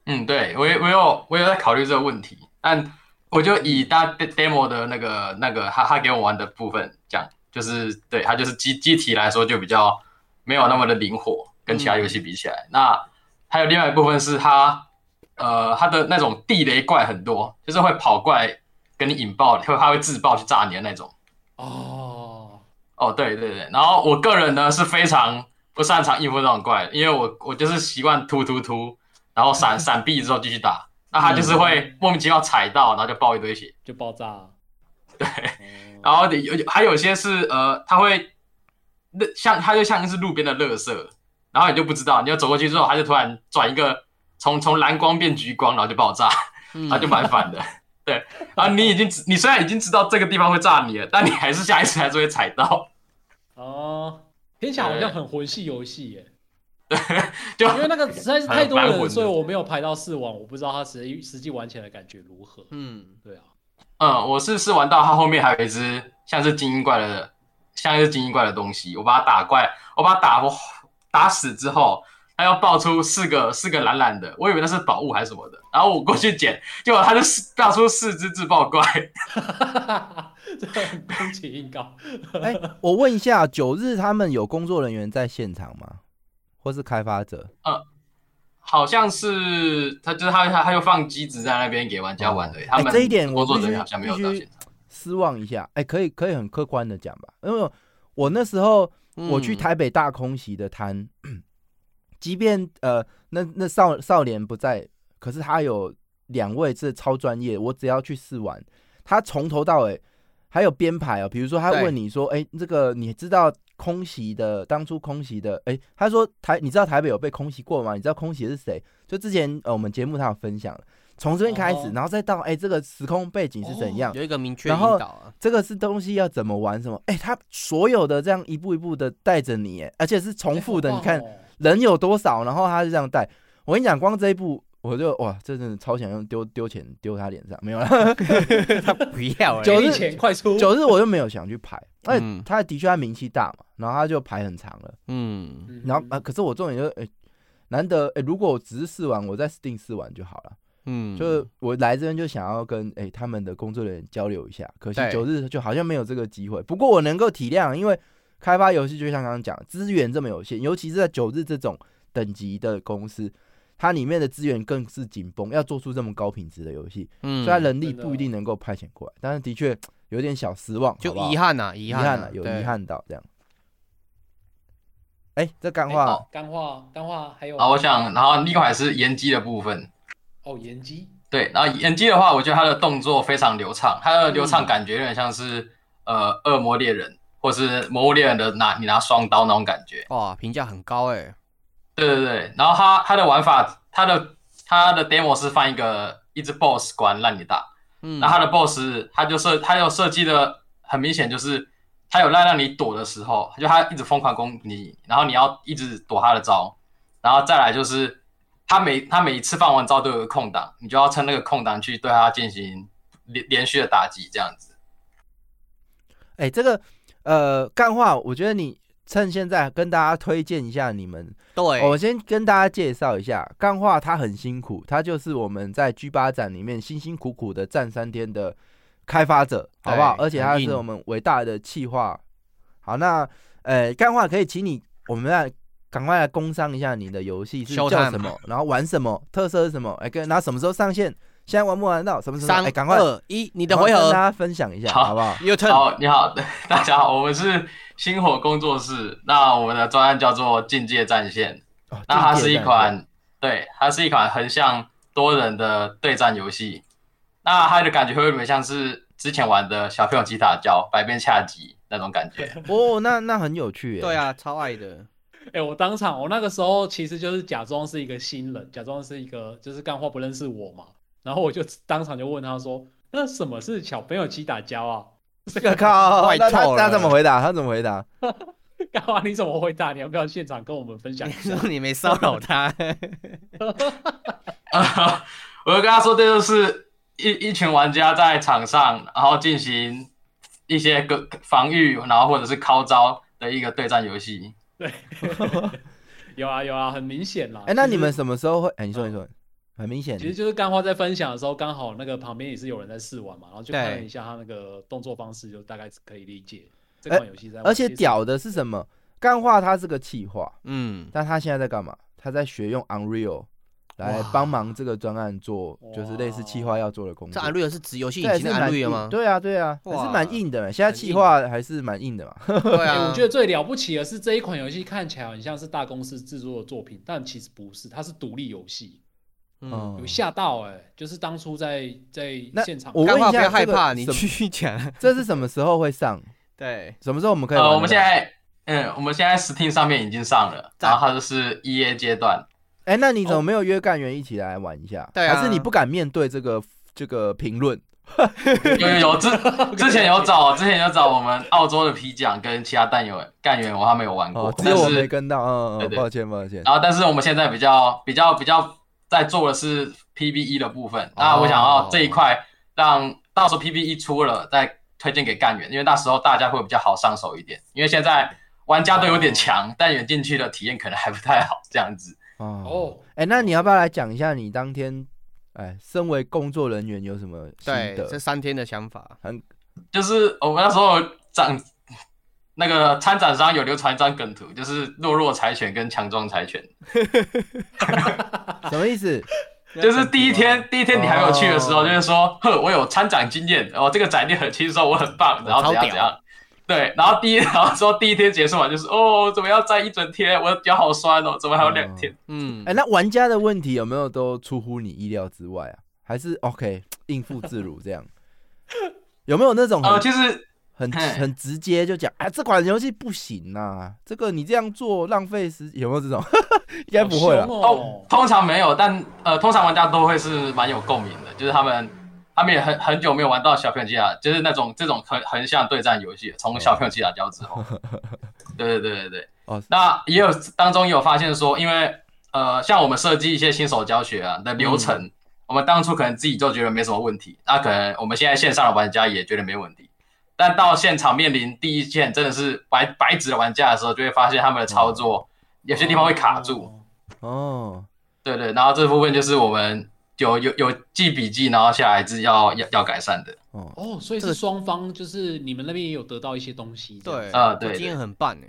嗯，对，我也我有我有在考虑这个问题，但我就以大 demo 的那个那个他他给我玩的部分讲，就是对他就是机机体来说就比较没有那么的灵活，跟其他游戏比起来。那还有另外一部分是他呃他的那种地雷怪很多，就是会跑怪跟你引爆，会他会自爆去炸你的那种。
哦，
哦，对对对，然后我个人呢是非常不擅长应付这种怪，因为我我就是习惯突突突，然后闪闪避之后继续打，那他就是会莫名其妙踩到，然后就爆一堆血。
就爆炸。啊对，
然后有有还有些是呃，他会那像他就像是路边的垃圾，然后你就不知道，你要走过去之后，他就突然转一个从从蓝光变橘光，然后就爆炸， (laughs) 然后就蛮反的。对，然后你已经知你虽然已经知道这个地方会炸你了，但你还是下一次还是会踩到，
哦，天下好像很魂系游戏耶，
就
因为那个实在是太多
蛮蛮
人，
魂的
所以我没有排到四网，我不知道它实际实际玩起来的感觉如何。
嗯，
对啊，
嗯，我是试玩到它后面还有一只像是精英怪的，像是精英怪的东西，我把它打怪，我把它打我打死之后，它要爆出四个四个蓝蓝的，我以为那是宝物还是什么的，然后我过去捡，结果它就四爆出四只自爆怪，
啊 (laughs) 这很宫崎硬高。
哎，我问一下，九日他们有工作人员在现场吗？或是开发者？
好像是它就是它它它就放机子在那边给玩家玩的，他
哎
们
这一点我
工作
必
人
须
员好像没有
必
到
须
现场。
失望一下。哎、可以可以很客观的讲吧，因为我那时候我去
嗯
台北大空袭的摊，即便呃那那少少年不在，可是他有两位是超专业，我只要去试玩，他从头到尾还有编排哦，比如说他
对
问你说，哎、这个你知道空袭的当初空袭的，哎、他说台你知道台北有被空袭过吗？你知道空袭是谁？就之前呃我们节目他有分享了。从这边开始
哦，
然后再到哎、这个时空背景是怎样？
有一个明确引
然后
导啊，
这个是东西要怎么玩什么？哎、他所有的这样一步一步的带着你，哎而且是重复的。
哎
你看，
好棒哦
人有多少，然后他就这样带。我跟你讲，光这一步我就哇，这真的超想用丢丢钱丢他脸上，没有
哦
啦。
不要啊嗯了，
九
给
日
你钱快
(laughs)
出，
九日我就没有想去排，哎、
嗯
他的确他名气大嘛，然后他就排很长了。
嗯，
嗯
然后啊，可是我重点就是，哎、难得哎、如果我只是试玩，我在 Steam 试玩就好了。
嗯，
就是我来这边就想要跟哎、他们的工作人员交流一下，可惜
对
九日就好像没有这个机会。不过我能够体谅，因为开发游戏就像刚刚讲，资源这么有限，尤其是在九日这种等级的公司，它里面的资源更是紧绷，要做出这么高品质的游戏，所
嗯
以它人力
真的
不一定能够派遣过来。但是的确有点小失望，
就
好不好
遗憾呐，
遗
遗
憾
呐，
了，有
对
遗。憾到这样。哎、这干
哎
话、
哦
好干话，干话，还有
哦然后我想，然后另外是延机的部分，
哦，延机
对，然后演技的话，我觉得他的动作非常流畅，他的流畅感觉有点像是、呃《恶魔猎人》或是《魔物猎人》的拿你拿双刀那种感觉。
哇，评价很高哎，
对对对，然后它它的玩法，它的它的 demo 是放一个一只 boss 关让你打，
嗯
那它的 boss 它就设它有设计的很明显，就是它有让让你躲的时候，就它一直疯狂攻你，然后你要一直躲它的招，然后再来就是它每它每一次放完招都有个空档，你就要趁那个空档去对它进行连连续的打击这样子。
哎、这个呃，干话，我觉得你趁现在跟大家推荐一下你们。
对
哦我先跟大家介绍一下，干话它很辛苦，它就是我们在 G 八展里面辛辛苦苦的站三天的开发者，好不好？
对
而且它
很
是
硬
我们伟大的企划。好，那呃，干话可以请你，我们来赶快来工商一下你的游戏是
Showtime
叫什么，然后玩什么，特色是什么，哎、跟然后什么时候上线，现在玩不玩得到，什么时候？
三
哎，赶快
二一你的
赶快
回合
跟大家分享一下，好不
(laughs)
好？
，Your turn，
好，你好， (laughs) 大家好，我们是星火工作室，那我们的专案叫做《境界战线》。
哦
那它是一
境界
款，对，它是一款横向多人的对战游戏。那它的感觉会有点像是之前玩的小朋友吉他教百变恰吉那种感
(laughs)
觉。
战线哦，那那很有趣耶，
对啊，超爱的，
哎、我当场，我那个时候其实就是假装是一个新人，假装是一个就是干话不认识我嘛，然后我就当场就问他说：“那什么是小朋友击打交啊？”这
我 (laughs) 靠，
坏
那他
透了
他怎么回答？他怎么回答？
干话你怎么回答？你要不要现场跟我们分享一
你
下？ (laughs)
说你没骚
(laughs)
扰他，
我就跟他说，这就是一一群玩家在场上，然后进行一些个防御，然后或者是靠招的一个对战游戏。
对，有啊有啊，很明显啦。
哎，那
就是
你们什么时候会？哎，你说你说，很明显
其，实就是干花在分享的时候，刚好那个旁边也是有人在试玩嘛，然后就
对
看了一下他那个动作方式，就大概可以理解这
哎
款游戏在玩
而且
些什么
屌的是什么？干话他是个企划，
嗯，
但他现在在干嘛？他在学用 Unreal 来
哇
帮忙这个专案做，就是类似企划要做的工
这
作。
安瑞尔是指游戏
这还
引
嗯是
擎的
蛮
安瑞
硬
尔吗？
对啊，对啊，还是
哇
蛮硬的。现在
很
企
硬
划还是蛮硬的嘛。
对
哎
啊，
我觉得最了不起的是这一款游戏看起来很像是大公司制作的作品，但其实不是，它是独立游戏，
哦
嗯，
有吓到哎、就是当初在在
那
现场
我
干
问
话
一
不要
下，
害
这个
怕，你
什么
继续讲，
这是什么时候会上？
(laughs) 对，
什么时候我们可以玩得
呃，
到？
我们现在，嗯，我们现在 Steam 上面已经上了，
赞
然后它就是 EA 阶段。
哎，那你怎么没有约干员一起来玩一下？
对啊
还是你不敢面对这个这个评论？
有有有，之之前有找，之前有找我们澳洲的皮匠跟其他蛋友干员，我还没有玩过
哦，，只
但
有我
是
没跟到，嗯
对
嗯，
对
抱歉抱歉。
然后但是我们现在比较比较比较在做的是 PVE 的部分，那我想要这一块让到时候 PVE 出了再推荐给干员，因为那时候大家会比较好上手一点，因为现在玩家都有点强，但远进去的体验可能还不太好这样子。
哦，
哦，
哎，那你要不要来讲一下你当天，哎，身为工作人员有什么心
对，这
得？
三天的想法，
就是我们那时候展那个参展商有流传一张梗图，就是弱弱柴犬跟强壮柴犬，
什么意思？
就是第
(laughs)
一天第一天你还没有去的时候，
哦
就是说呵我有参展经验，哦这个展店很轻松，我很棒，然后怎样
超屌
怎样。对，然后第一，然 (laughs) 后说第一天结束完就是哦，怎么要站一整天？我的脚好酸哦，怎么还有两天？
嗯，
哎，那玩家的问题有没有都出乎你意料之外啊？还是 OK 应付自如这样？有没有那种
呃，
很
其实
很
嘿
很直接就讲，哎，这款游戏不行呐，这个你这样做浪费时，有没有这种？ (laughs) 应该不会
好
啊
凶。
哦
哦，，
通常没有，但呃，通常玩家都会是蛮有共鸣的，就是他们他们也很很久没有玩到小朋友机塔，就是那种这种横横向对战游戏，从小朋友机塔交之后，对对对对对。
哦
那也有当中也有发现说，因为呃，像我们设计一些新手教学啊的流程，我们当初可能自己就觉得没什么问题，那可能我们现在线上的玩家也觉得没问题。但到现场面临第一线真的是白白纸的玩家的时候，就会发现他们的操作有些地方会卡住，
哦
哦，
对对，然后这部分就是我们有有有记笔记，然后下来是要要要改善的。
哦，所以是双方，就是你们那边也有得到一些东西，这样
对，
啊
我
对
经验很棒哎，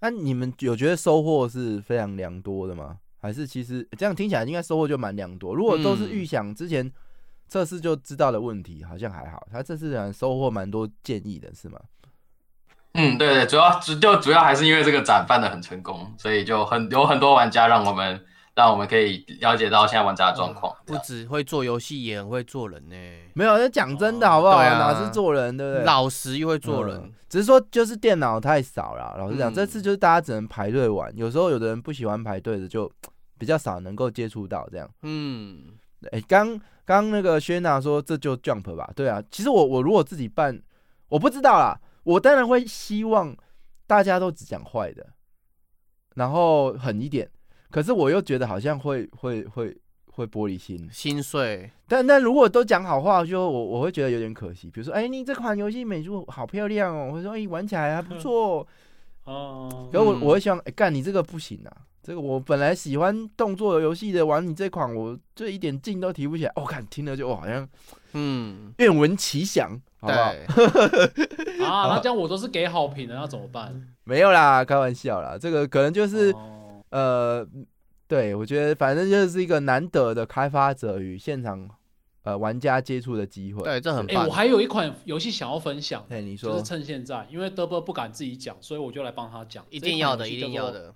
那你们有觉得收获是非常良多的吗？还是其实这样听起来应该收获就蛮良多？如果都是
嗯
预想之前测试就知道的问题，好像还好。他这次好像收获蛮多建议的，是吗？
嗯，对对，主要主就主要还是因为这个展办的很成功，所以就很有很多玩家让我们让我们可以了解到现在玩家的状况。
不只会做游戏，也很会做人呢、
没有，那讲真的好不好？
哦对啊
哪是做人，对不对？
老实又会做人。
嗯只是说就是电脑太少了。老实讲，
嗯
这次就是大家只能排队玩，有时候有的人不喜欢排队的，就比较少能够接触到这样。
嗯，
哎、刚刚那个薛娜说这就 Jump 吧，对啊。其实我我如果自己办，我不知道啦，我当然会希望大家都只讲坏的，然后狠一点。可是我又觉得好像会会会会玻璃心，
心碎。
但但如果都讲好话，就我我会觉得有点可惜。比如说，哎、你这款游戏美术好漂亮哦，我说，哎、玩起来还不错哦。
哦
可我
嗯
我会希望，哎、干你这个不行啊，这个我本来喜欢动作游戏的，玩你这款我这一点劲都提不起来。我、哦、看听了就哦好像
嗯，
愿闻其详，好不好？
对，
啊，那这样我都是给好评的，那怎么办？
没有啦，开玩笑啦，这个可能就是、
哦
呃，对我觉得反正就是一个难得的开发者与现场呃玩家接触的机会。
对，这很
哎、
棒
我。还有一款游戏想要分享，
哎，你
就
说
是趁现在，因为德伯不敢自己讲，所以我就来帮他讲。
一定要的，
这
一
款游
定
戏叫
要
做
的。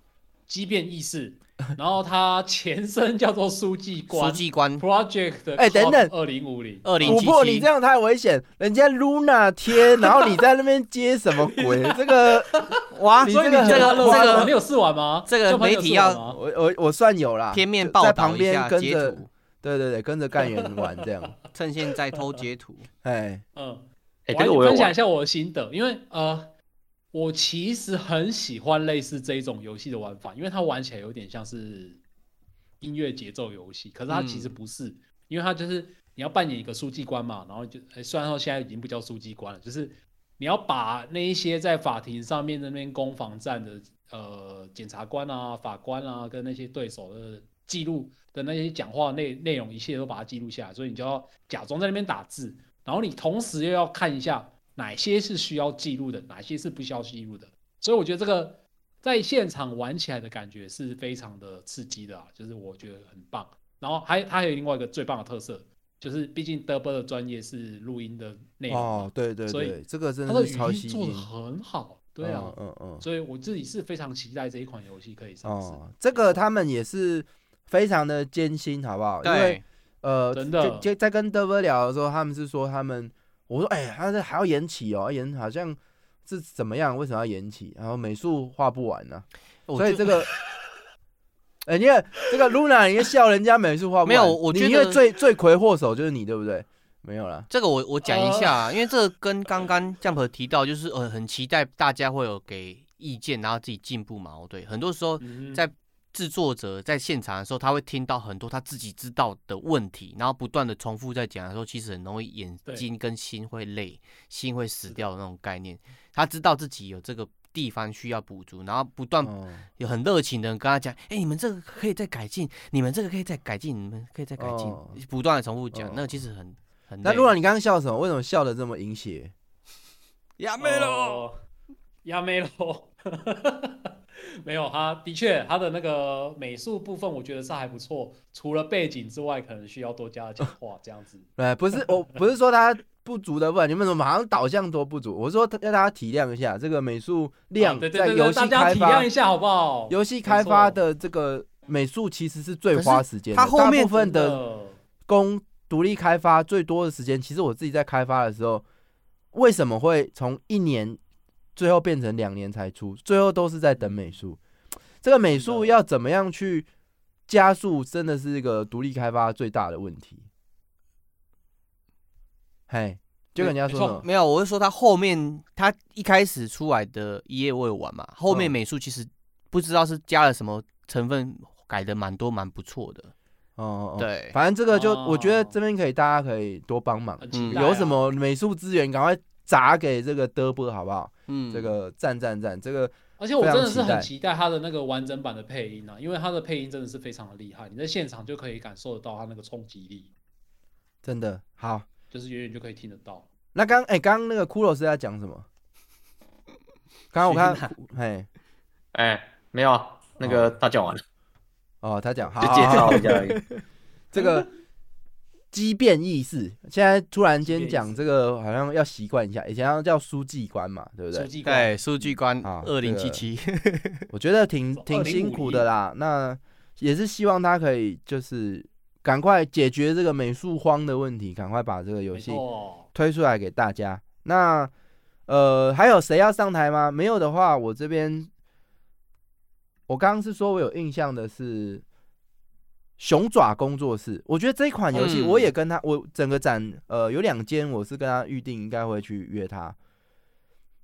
畸变意识， (laughs) 然后它前身叫做书记
书
官
记官，
Project。
哎等等
二零五零，
二零
琥
七
珀，你
七
这，样太危险，人家 Luna 贴，然后你在那边接什么鬼？这个
哇，
你
所以
这个
这个
很
这
夸张
你
个
有试玩吗？
这个
小朋友
媒体
试玩
要
吗
我我我算有啦，
片面
就
报
在
道
旁
一
边
下
跟
截
着，
图，
对对对，跟着干员玩这
(laughs)
样。
趁现在偷截图。
哎，
嗯，我
哎、这
来
个我有
分享一
玩，
下我的心得，因为呃，我其实很喜欢类似这一种游戏的玩法，因为它玩起来有点像是音乐节奏游戏，可是它
嗯
其实不是，因为它就是你要扮演一个书记官嘛，然后就、哎虽然说现在已经不叫书记官了，就是你要把那一些在法庭上面那边攻防战的呃检察官啊、法官啊，跟那些对手的记录的那些讲话内内容，一切都把它记录下来，所以你就要假装在那边打字，然后你同时又要看一下哪些是需要记录的，哪些是不需要记录的。所以我觉得这个在现场玩起来的感觉是非常的刺激的啊，就是我觉得很棒。然后还它还有另外一个最棒的特色，就是毕竟德波的专业是录音的内容嘛，
(laughs)
哦，对对
所
对
以，
这个真
它的
的
语
是超
音
吸
做的
睛。
很好，对啊，
嗯嗯嗯。
所以我自己是非常期待这一款游戏可以上市。
哦，这个他们也是非常的艰辛，好不好？ (laughs) 因为
对，
呃，
真的
就就在跟德哥聊的时候，他们是说他们，我说哎、他这还要延期哦，延好像是怎么样？为什么要延期？然后美术画不完啊呢、
我
所以
就
哦这个， (laughs) 哎、你看这个 Luna，你在笑人家美术画不完，
没有我
你
觉
因为
得
罪罪魁祸首就是你，对不对？没有啦，
(laughs) 这个我我讲一下
哦
啊，因为这个跟刚刚 Jump 提到，就是呃很期待大家会有给意见，然后自己进步嘛。哦，对，很多时候
嗯
在制作者在现场的时候，他会听到很多他自己知道的问题，然后不断的重复在讲的时候，其实很容易眼
对
睛跟心会累，心会死掉的那种概念。他知道自己有这个地方需要补足，然后不断
哦
有很热情的人跟他讲，哎、你们这个可以再改进，你们这个可以再改进，你们可以再改进，
哦
不断的重复讲，
哦
那个其实很很
那
累
Luna，你刚刚笑什么？为什么笑的这么淫邪？
呀没了，
哦，亚梅罗， (laughs) 没有，他的确他的那个美术部分我觉得是还不错，除了背景之外，可能需要多加强化这样子。
对，哎不是，我不是说他不足的问题，你们怎么好像导向多不足？我说要大家体谅一下，这个美术量
啊对对
在
对
游
对，
戏
大家
开
体谅
发
一，下好不好？
游戏开发的这个美术其实是最花时间的，
可是它后
大
面
部分
真
的
的
工独立开发最多的时间，其实我自己在开发的时候，为什么会从一年最后变成两年才出？最后都是在等美术，这个美
嗯
术
啊
要怎么样去加速，真的是一个独立开发最大的问题。嘿，就跟人家说什么？
没有，我是说他后面他一开始出来的一页我有玩嘛，后面
嗯
美术其实不知道是加了什么成分，改的蛮多蛮不错的，
哦哦，哦，
对，
反正这个就
哦
我觉得这边可以，大家可以多帮忙，
很期
嗯
待啊
有什么美术资源赶快砸给这个德波好不好？
嗯
这个赞赞赞，这个
而且我真的
非
是
常
很
期
期待它的那个完整版的配音啊，因为它的配音真的是非常的厉害，你在现场就可以感受得到它那个冲击力，
真的好。
就是远远就可以听得到。
那刚哎，刚、刚那个骷髅是在讲什么？刚刚我看，哎，
哎、没有啊，那个他讲完了，
哦，他讲好
就
好
介
好
绍一下而
(laughs)
已。
这个畸变意识，现在突然
畸变
间
意
讲
识
这个好像要习惯一下，以前要叫书记官嘛，对不
书
对？
记官，
对，数据官
啊
(laughs) 二零七七，
我觉得挺
2050
挺辛苦的啦。那也是希望他可以就是赶快解决这个美术荒的问题，赶快把这个游戏推出来给大家。那呃，还有谁要上台吗？没有的话，我这边我刚刚是说我有印象的是熊爪工作室，我觉得这一款游戏
嗯
我也跟他，我整个展呃有两间我是跟他预定应该会去约他。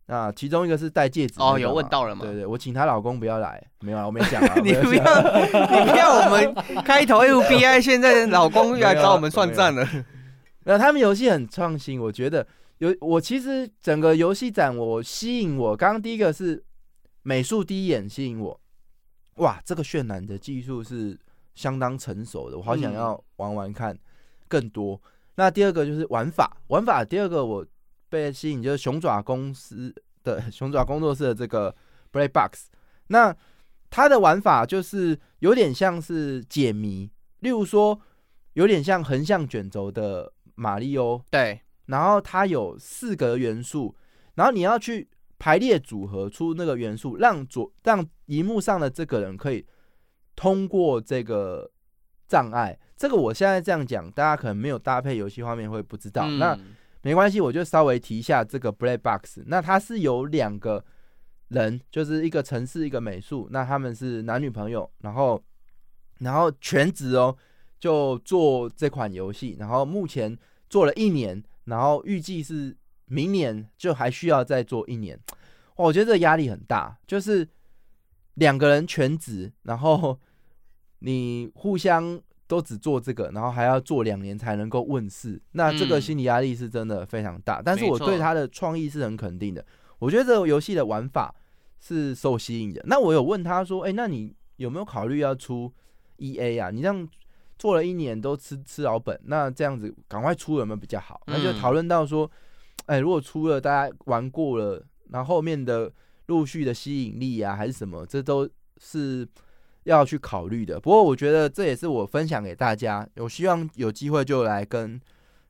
那其中一个是戴戒指那
哦
个
有
嘛
问到了嘛
对对，我请她老公不要来，没有啊，我没
(laughs)
讲啊，
你
我
不
没有
要，
讲
你不要我们开头 FBI 现在的老公又来找我们算账了。
那他们游戏很创新，我觉得有我其实整个游戏展我吸引我，刚刚第一个是美术第一眼吸引我，哇，这个渲染的技术是相当成熟的，我好想要玩玩看更多。那第二个就是玩法，玩法第二个我被吸引就是熊爪公司的 (laughs) 熊爪工作室的这个 Play Box，那它的玩法就是有点像是解谜，例如说有点像横向卷轴的马里欧，
对，
然后它有四个元素，然后你要去排列组合出那个元素，让左让荧幕上的这个人可以通过这个障碍。这个我现在这样讲，大家可能没有搭配游戏画面会不知道。
嗯
那没关系，我就稍微提一下这个 Black Box。那它是有两个人，就是一个城市，一个美术。那他们是男女朋友，然后然后全职哦，就做这款游戏。然后目前做了一年，然后预计是明年就还需要再做一年。哇，我觉得这个压力很大，就是两个人全职，然后你互相都只做这个，然后还要做两年才能够问世，那这个
嗯
心理压力是真的非常大。但是
没
我对
错
他的创意是很肯定的，我觉得这个游戏的玩法是受吸引的。那我有问他说：“哎、那你有没有考虑要出 E A 啊？你这样做了一年都吃吃老本，那这样子赶快出有没有比较好？”那就
嗯
讨论到说，哎、如果出了大家玩过了，然后后面的陆续的吸引力啊，还是什么，这都是要去考虑的。不过我觉得这也是我分享给大家，我希望有机会就来跟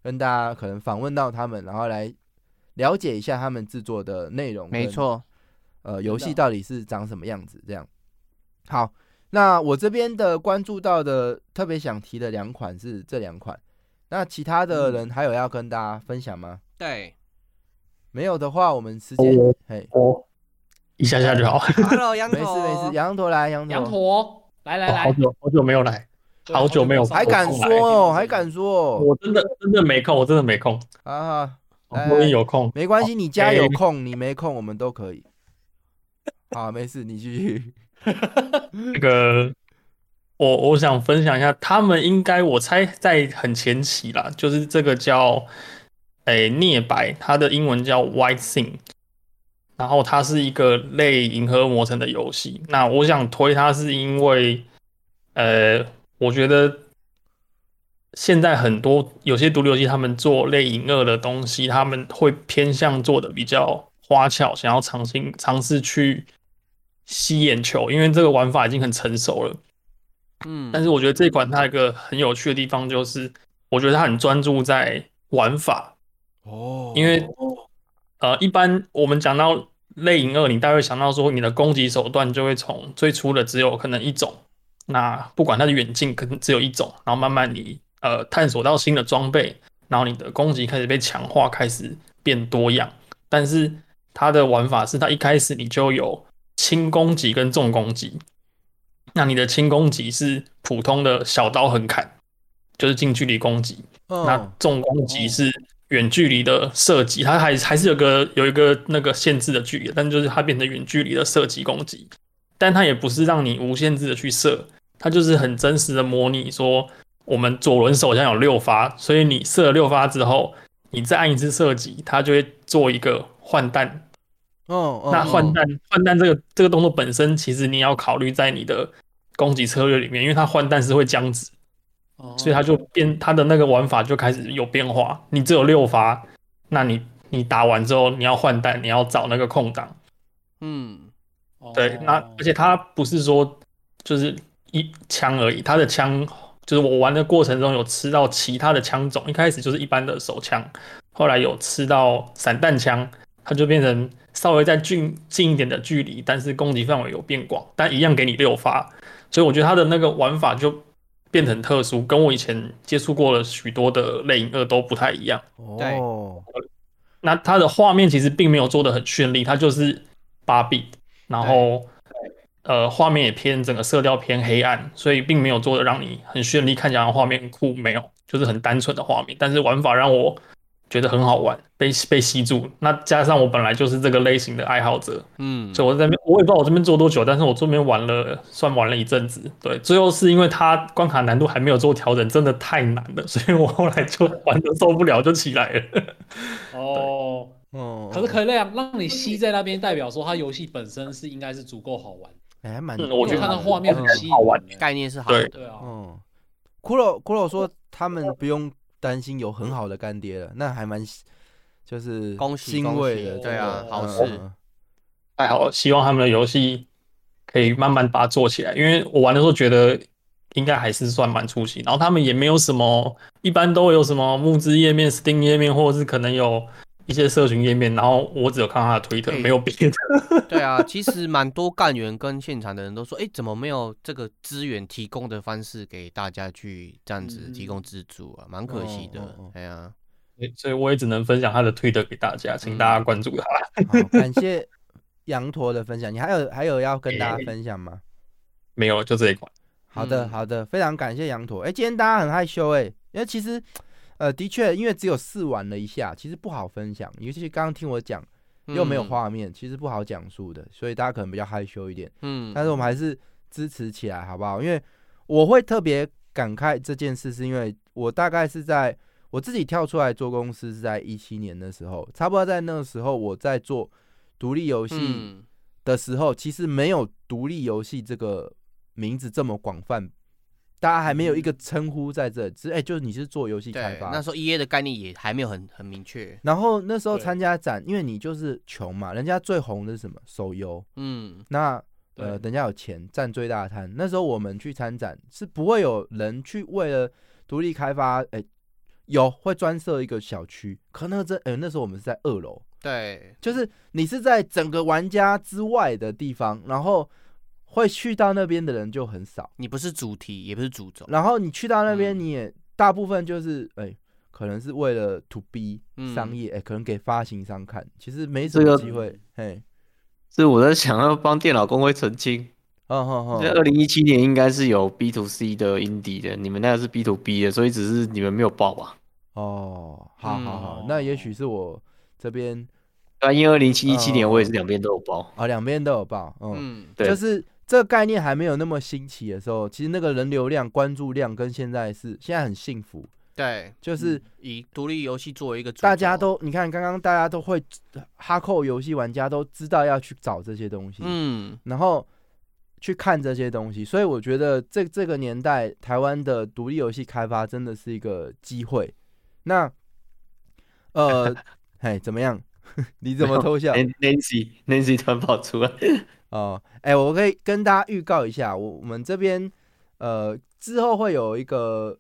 跟大家可能访问到他们，然后来了解一下他们制作的内容。
没错，
呃，游戏到底是长什么样子？这样。好，那我这边的关注到的特别想提的两款是这两款，那其他的人还有要跟大家分享吗？
对
没有的话，我们时间
我
嘿，
我一下下就好。
，Hello 羊
没事没
驼
事，，羊头来，羊
羊
头
驼，来来
(laughs) 好
来，
久好久没有来，好久没有
还敢
我
说
空来
哦，还敢说哦，
我真的真的没空，我真的没空。
啊哈，
我
来
终于有空，
没关系，你家有
哎
空，你没空，我们都可以。好，没事，你继续。
那个，我我想分享一下，他们应该我猜在很前期啦，就是这个叫诶聂白，它的英文叫 White Thing，然后它是一个类银河魔城的游戏。那我想推它是因为，呃，我觉得现在很多有些独立游戏，他们做类银二的东西，他们会偏向做的比较花俏，想要尝新尝试去吸眼球，因为这个玩法已经很成熟了。
嗯
但是我觉得这款它有一个很有趣的地方就是，我觉得它很专注在玩法，
哦
因为呃，一般我们讲到类影二，你大概会想到说你的攻击手段就会从最初的只有可能一种，那不管它的远近可能只有一种，然后慢慢你呃探索到新的装备，然后你的攻击开始被强化，开始变多样。但是它的玩法是它一开始你就有轻攻击跟重攻击，那你的轻攻击是普通的小刀横砍，就是近距离攻击，那
嗯，
重攻击是远距离的射击，它还还是有个有一个那个限制的距离，但就是它变成远距离的射击攻击，但它也不是让你无限制的去射，它就是很真实的模拟说我们左轮手枪有六发，所以你射了六发之后，你再按一次射击，它就会做一个换弹
嗯嗯，
那换
嗯
弹换弹这个这个动作本身，其实你要考虑在你的攻击策略里面，因为它换弹是会僵直，所以它就变它的那个玩法就开始有变化。你只有六发，那你你打完之后你要换弹，你要找那个空档。
嗯，
哦
对，那而且它不是说就是一枪而已，它的枪就是我玩的过程中有吃到其他的枪种，一开始就是一般的手枪，后来有吃到散弹枪，它就变成稍微再近近一点的距离，但是攻击范围有变广，但一样给你六发，
所以我觉得它的那个玩法就变得很特殊，跟我以前接触过了许多的类型二都不太一样。
哦
对，
那它的画面其实并没有做的很绚丽，它就是八 bit，然后呃画面也偏整个色调偏黑暗，所以并没有做的让你很绚丽，看起来画面很酷，没有，就是很单纯的画面。但是玩法让我觉得很好玩，被被吸住。那加上我本来就是这个类型的爱好者，
嗯，
所以我在那边我也不知道我这边做多久，但是我这边玩了算玩了一阵子。对，最后是因为它关卡难度还没有做调整，真的太难了，所以我后来就玩的受不了，就起来了。
哦，
哦，
可是可以那样让你吸在那边，代表说它游戏本身是应该是足够好玩。
哎，还蛮，
嗯我觉得
看到画面很吸引
好玩
人欸
概念是好
对
的，
对啊，
嗯，骷髅骷髅说他们不用担心有很好的干爹了，那还蛮就是
恭喜
欣
恭
慰
喜
的，
对啊
真的
好
嗯
事
嗯
哎
太好了，希望他们的游戏可以慢慢把它做起来。因为我玩的时候觉得应该还是算蛮出息，然后他们也没有什么，一般都会有什么募资页面、Steam 页面，或者是可能有一些社群页面。然后我只有看到他的推特，
哎
没有别的。
(laughs) 对啊，其实蛮多干员跟现场的人都说，哎、怎么没有这个资源提供的方式给大家去这样子提供自助啊？蛮可惜
嗯哦
的
哦哦，
哎呀，
所以我也只能分享他的推特给大家，
嗯
请大家关注他。
好，感谢羊驼的分享，你还有还有要跟大家分享吗？
没有，就这一款。
好的，
嗯
好的，非常感谢羊驼。哎、今天大家很害羞哎、因为其实，呃，的确，因为只有试玩了一下，其实不好分享，尤其是刚刚听我讲，又没有
嗯，
画面，其实不好讲述的，所以大家可能比较害羞一点。
嗯，
但是我们还是支持起来，好不好？因为我会特别感慨这件事，是因为我大概是在我自己跳出来做公司是在一七年的时候，差不多在那个时候我在做独立游戏
嗯，
的时候，其实没有独立游戏这个名字这么广泛，大家还没有一个称呼在这里，只哎、就是你是做游戏开
嗯对，
发
那时候 E A 的概念也还没有很很明确，
然后那时候
对
参加展，因为你就是穷嘛，人家最红的是什么手游，
嗯，
那
对
呃，人家有钱占最大的摊。那时候我们去参展，是不会有人去为了独立开发，哎、有会专设一个小区，可那个真，哎、那时候我们是在二楼，
对，
就是你是在整个玩家之外的地方，然后会去到那边的人就很少。
你不是主题，也不是主轴，
然后你去到那边，
嗯
你也大部分就是哎、可能是为了 to B
嗯
商业，哎、可能给发行商看，其实没什
这
么
个
机会，嘿，
是我在想要帮电脑工会澄清，
哦哦
在
哦，
二零一七年应该是有 B to C 的 indie 的，你们那个是 B to B 的，所以只是你们没有报吧？
哦，好好好，
嗯
那也许是我这边
对啊，因为二零七一七年
哦
我也是两边都有报。
啊，两边都有报，嗯，
嗯，
对
就是这个概念还没有那么新奇的时候，其实那个人流量、关注量跟现在是现在很幸福，
对，嗯
就是
以独立游戏作为一个主轴，
大家都你看刚刚大家都会哈扣游戏玩家都知道要去找这些东西，
嗯，
然后去看这些东西。所以我觉得这这个年代台湾的独立游戏开发真的是一个机会。那呃，哎，怎么样？ (laughs) 你怎么偷笑？
Nan- Nancy Nancy 突然跑出来，
哦，哎、我可以跟大家预告一下，我我们这边呃之后会有一个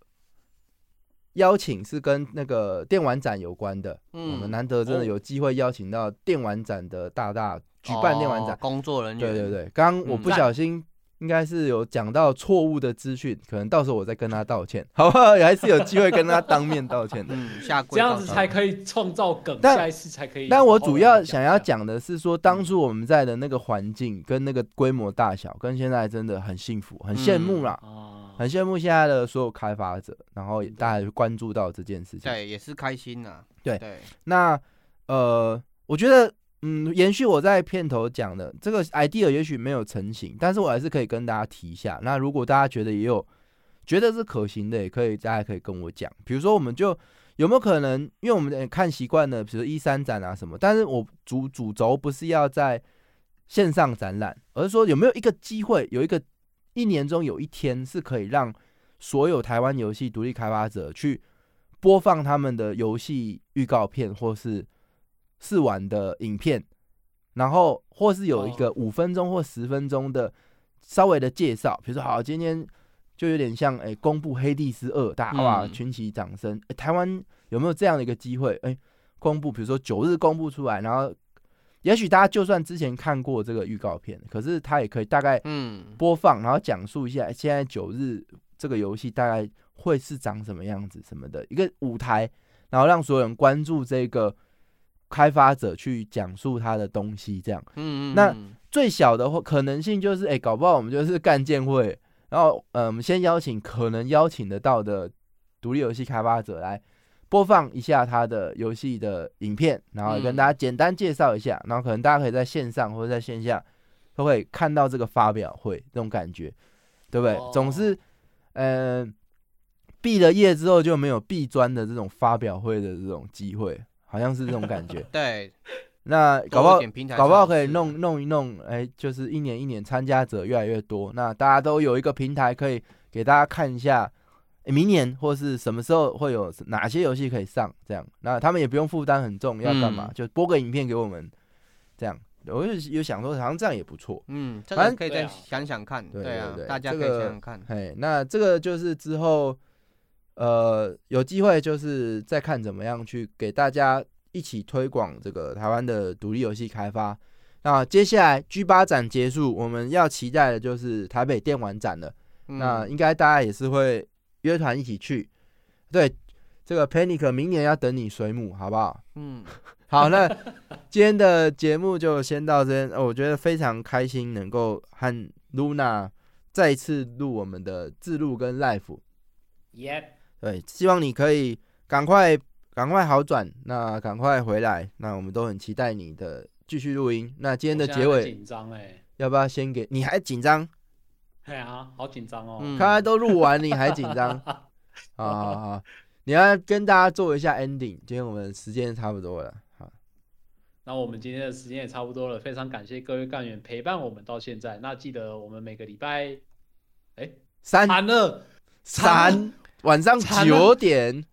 邀请是跟那个电玩展有关的。我们
嗯
难得真的有机会邀请到电玩展的大大举办电玩展
哦，工作人员，
对对，对，刚刚我
嗯
不小心应该是有讲到错误的资讯，可能到时候我再跟他道歉，好不好？ (laughs) 还是有机会跟他当面道歉的。
嗯，下跪
这样子
告诉
才可以创造梗，
但
下一次才可以好
但
好
我
地讲
主
一下。
要想要讲的是
嗯
说，当初我们在的那个环境跟那个规模大小，跟现在真的很幸福，很羡慕啦，
啊，
很羡慕现在的所有开发者，然后也大家也关注到这件事情。
对，也是开心呐、
对
对，
那呃，我觉得，嗯，延续我在片头讲的这个 idea，也许没有成型，但是我还是可以跟大家提一下。那如果大家觉得也有觉得是可行的，也可以大家可以跟我讲。比如说，我们就有没有可能，因为我们呃看习惯了，比如一三展啊什么，但是我主主轴不是要在线上展览，而是说有没有一个机会，有一个一年中有一天是可以让所有台湾游戏独立开发者去播放他们的游戏预告片或是试玩的影片，然后或是有一个五分钟或十分钟的稍微的介绍，比如说好，今天就有点像哎、公布《黑帝斯二》，大家哇
嗯
群起掌声、哎台湾有没有这样的一个机会？哎、公布，比如说九日公布出来，然后也许大家就算之前看过这个预告片，可是他也可以大概
嗯
播放，然后讲述一下哎现在九日这个游戏大概会是长什么样子什么的一个舞台，然后让所有人关注这个开发者去讲述他的东西，这样。
嗯
那最小的话可能性就是，哎、搞不好我们就是干见会，然后嗯，呃我们先邀请可能邀请得到的独立游戏开发者来播放一下他的游戏的影片，然后
嗯
跟大家简单介绍一下，然后可能大家可以在线上或者在线下都会看到这个发表会这种感觉，对不对？总是嗯。呃毕了业之后就没有毕专的这种发表会的这种机会，好像是这种感觉。
对，
那搞不
多
好
一点平台
搞不好
上
可以弄弄一弄，哎、就是一年一年参加者越来越多，那大家都有一个平台可以给大家看一下，哎明年或是什么时候会有哪些游戏可以上，这样，那他们也不用负担很重，要干嘛、
嗯
就播个影片给我们，这样，我就有想说好像这样也不错，
嗯，这
反
个
正
可以
啊
再想想看，
对
啊
对，，
大家
这
可以
个
想想看。
哎，那这个就是之后，呃，有机会就是再看怎么样去给大家一起推广这个台湾的独立游戏开发。那接下来 G 八展结束，我们要期待的就是台北电玩展了。
嗯
(laughs) 那应该大家也是会约团一起去。对，这个 Panic 明年要等你水母，好不好？
嗯，
好，那今天的节目就先到这边。呃我觉得非常开心能够和 Luna 再次录我们的自录跟 Live。
耶，
对，希望你可以赶快赶快好转，那赶快回来，那我们都很期待你的继续录音。那今天的
我现在
结
很
尾
紧张哎，
要不要先给你还紧张？
对啊，好紧张哦。
刚才都录完了你还紧 (laughs) 张？好好好，你要跟大家做一下 ending。今天我们时间差不多了，好，
那我们今天的时间也差不多了，非常感谢各位干员陪伴我们到现在。那记得我们每个礼拜，哎，
三
惨了，
啊
惨了
三晚上
惨
九
了
点。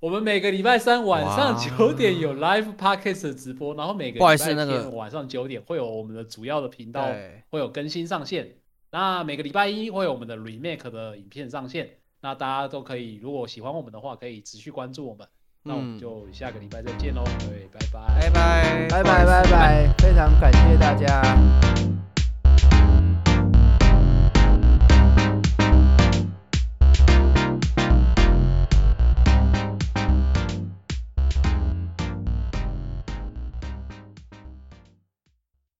我们每个礼拜三晚上
哇
九点有 live podcast 的直播，然后每个
不好意
礼
思
拜
那个
天晚上九点会有我们的主要的频道
对
会有更新上线。那每个礼拜一会有我们的 remake 的影片上线，那大家都可以，如果喜欢我们的话，可以持续关注我们。那我
嗯
们就下个礼拜再见喽，各位，拜拜，
拜
拜
拜
拜拜拜，非常感谢大家。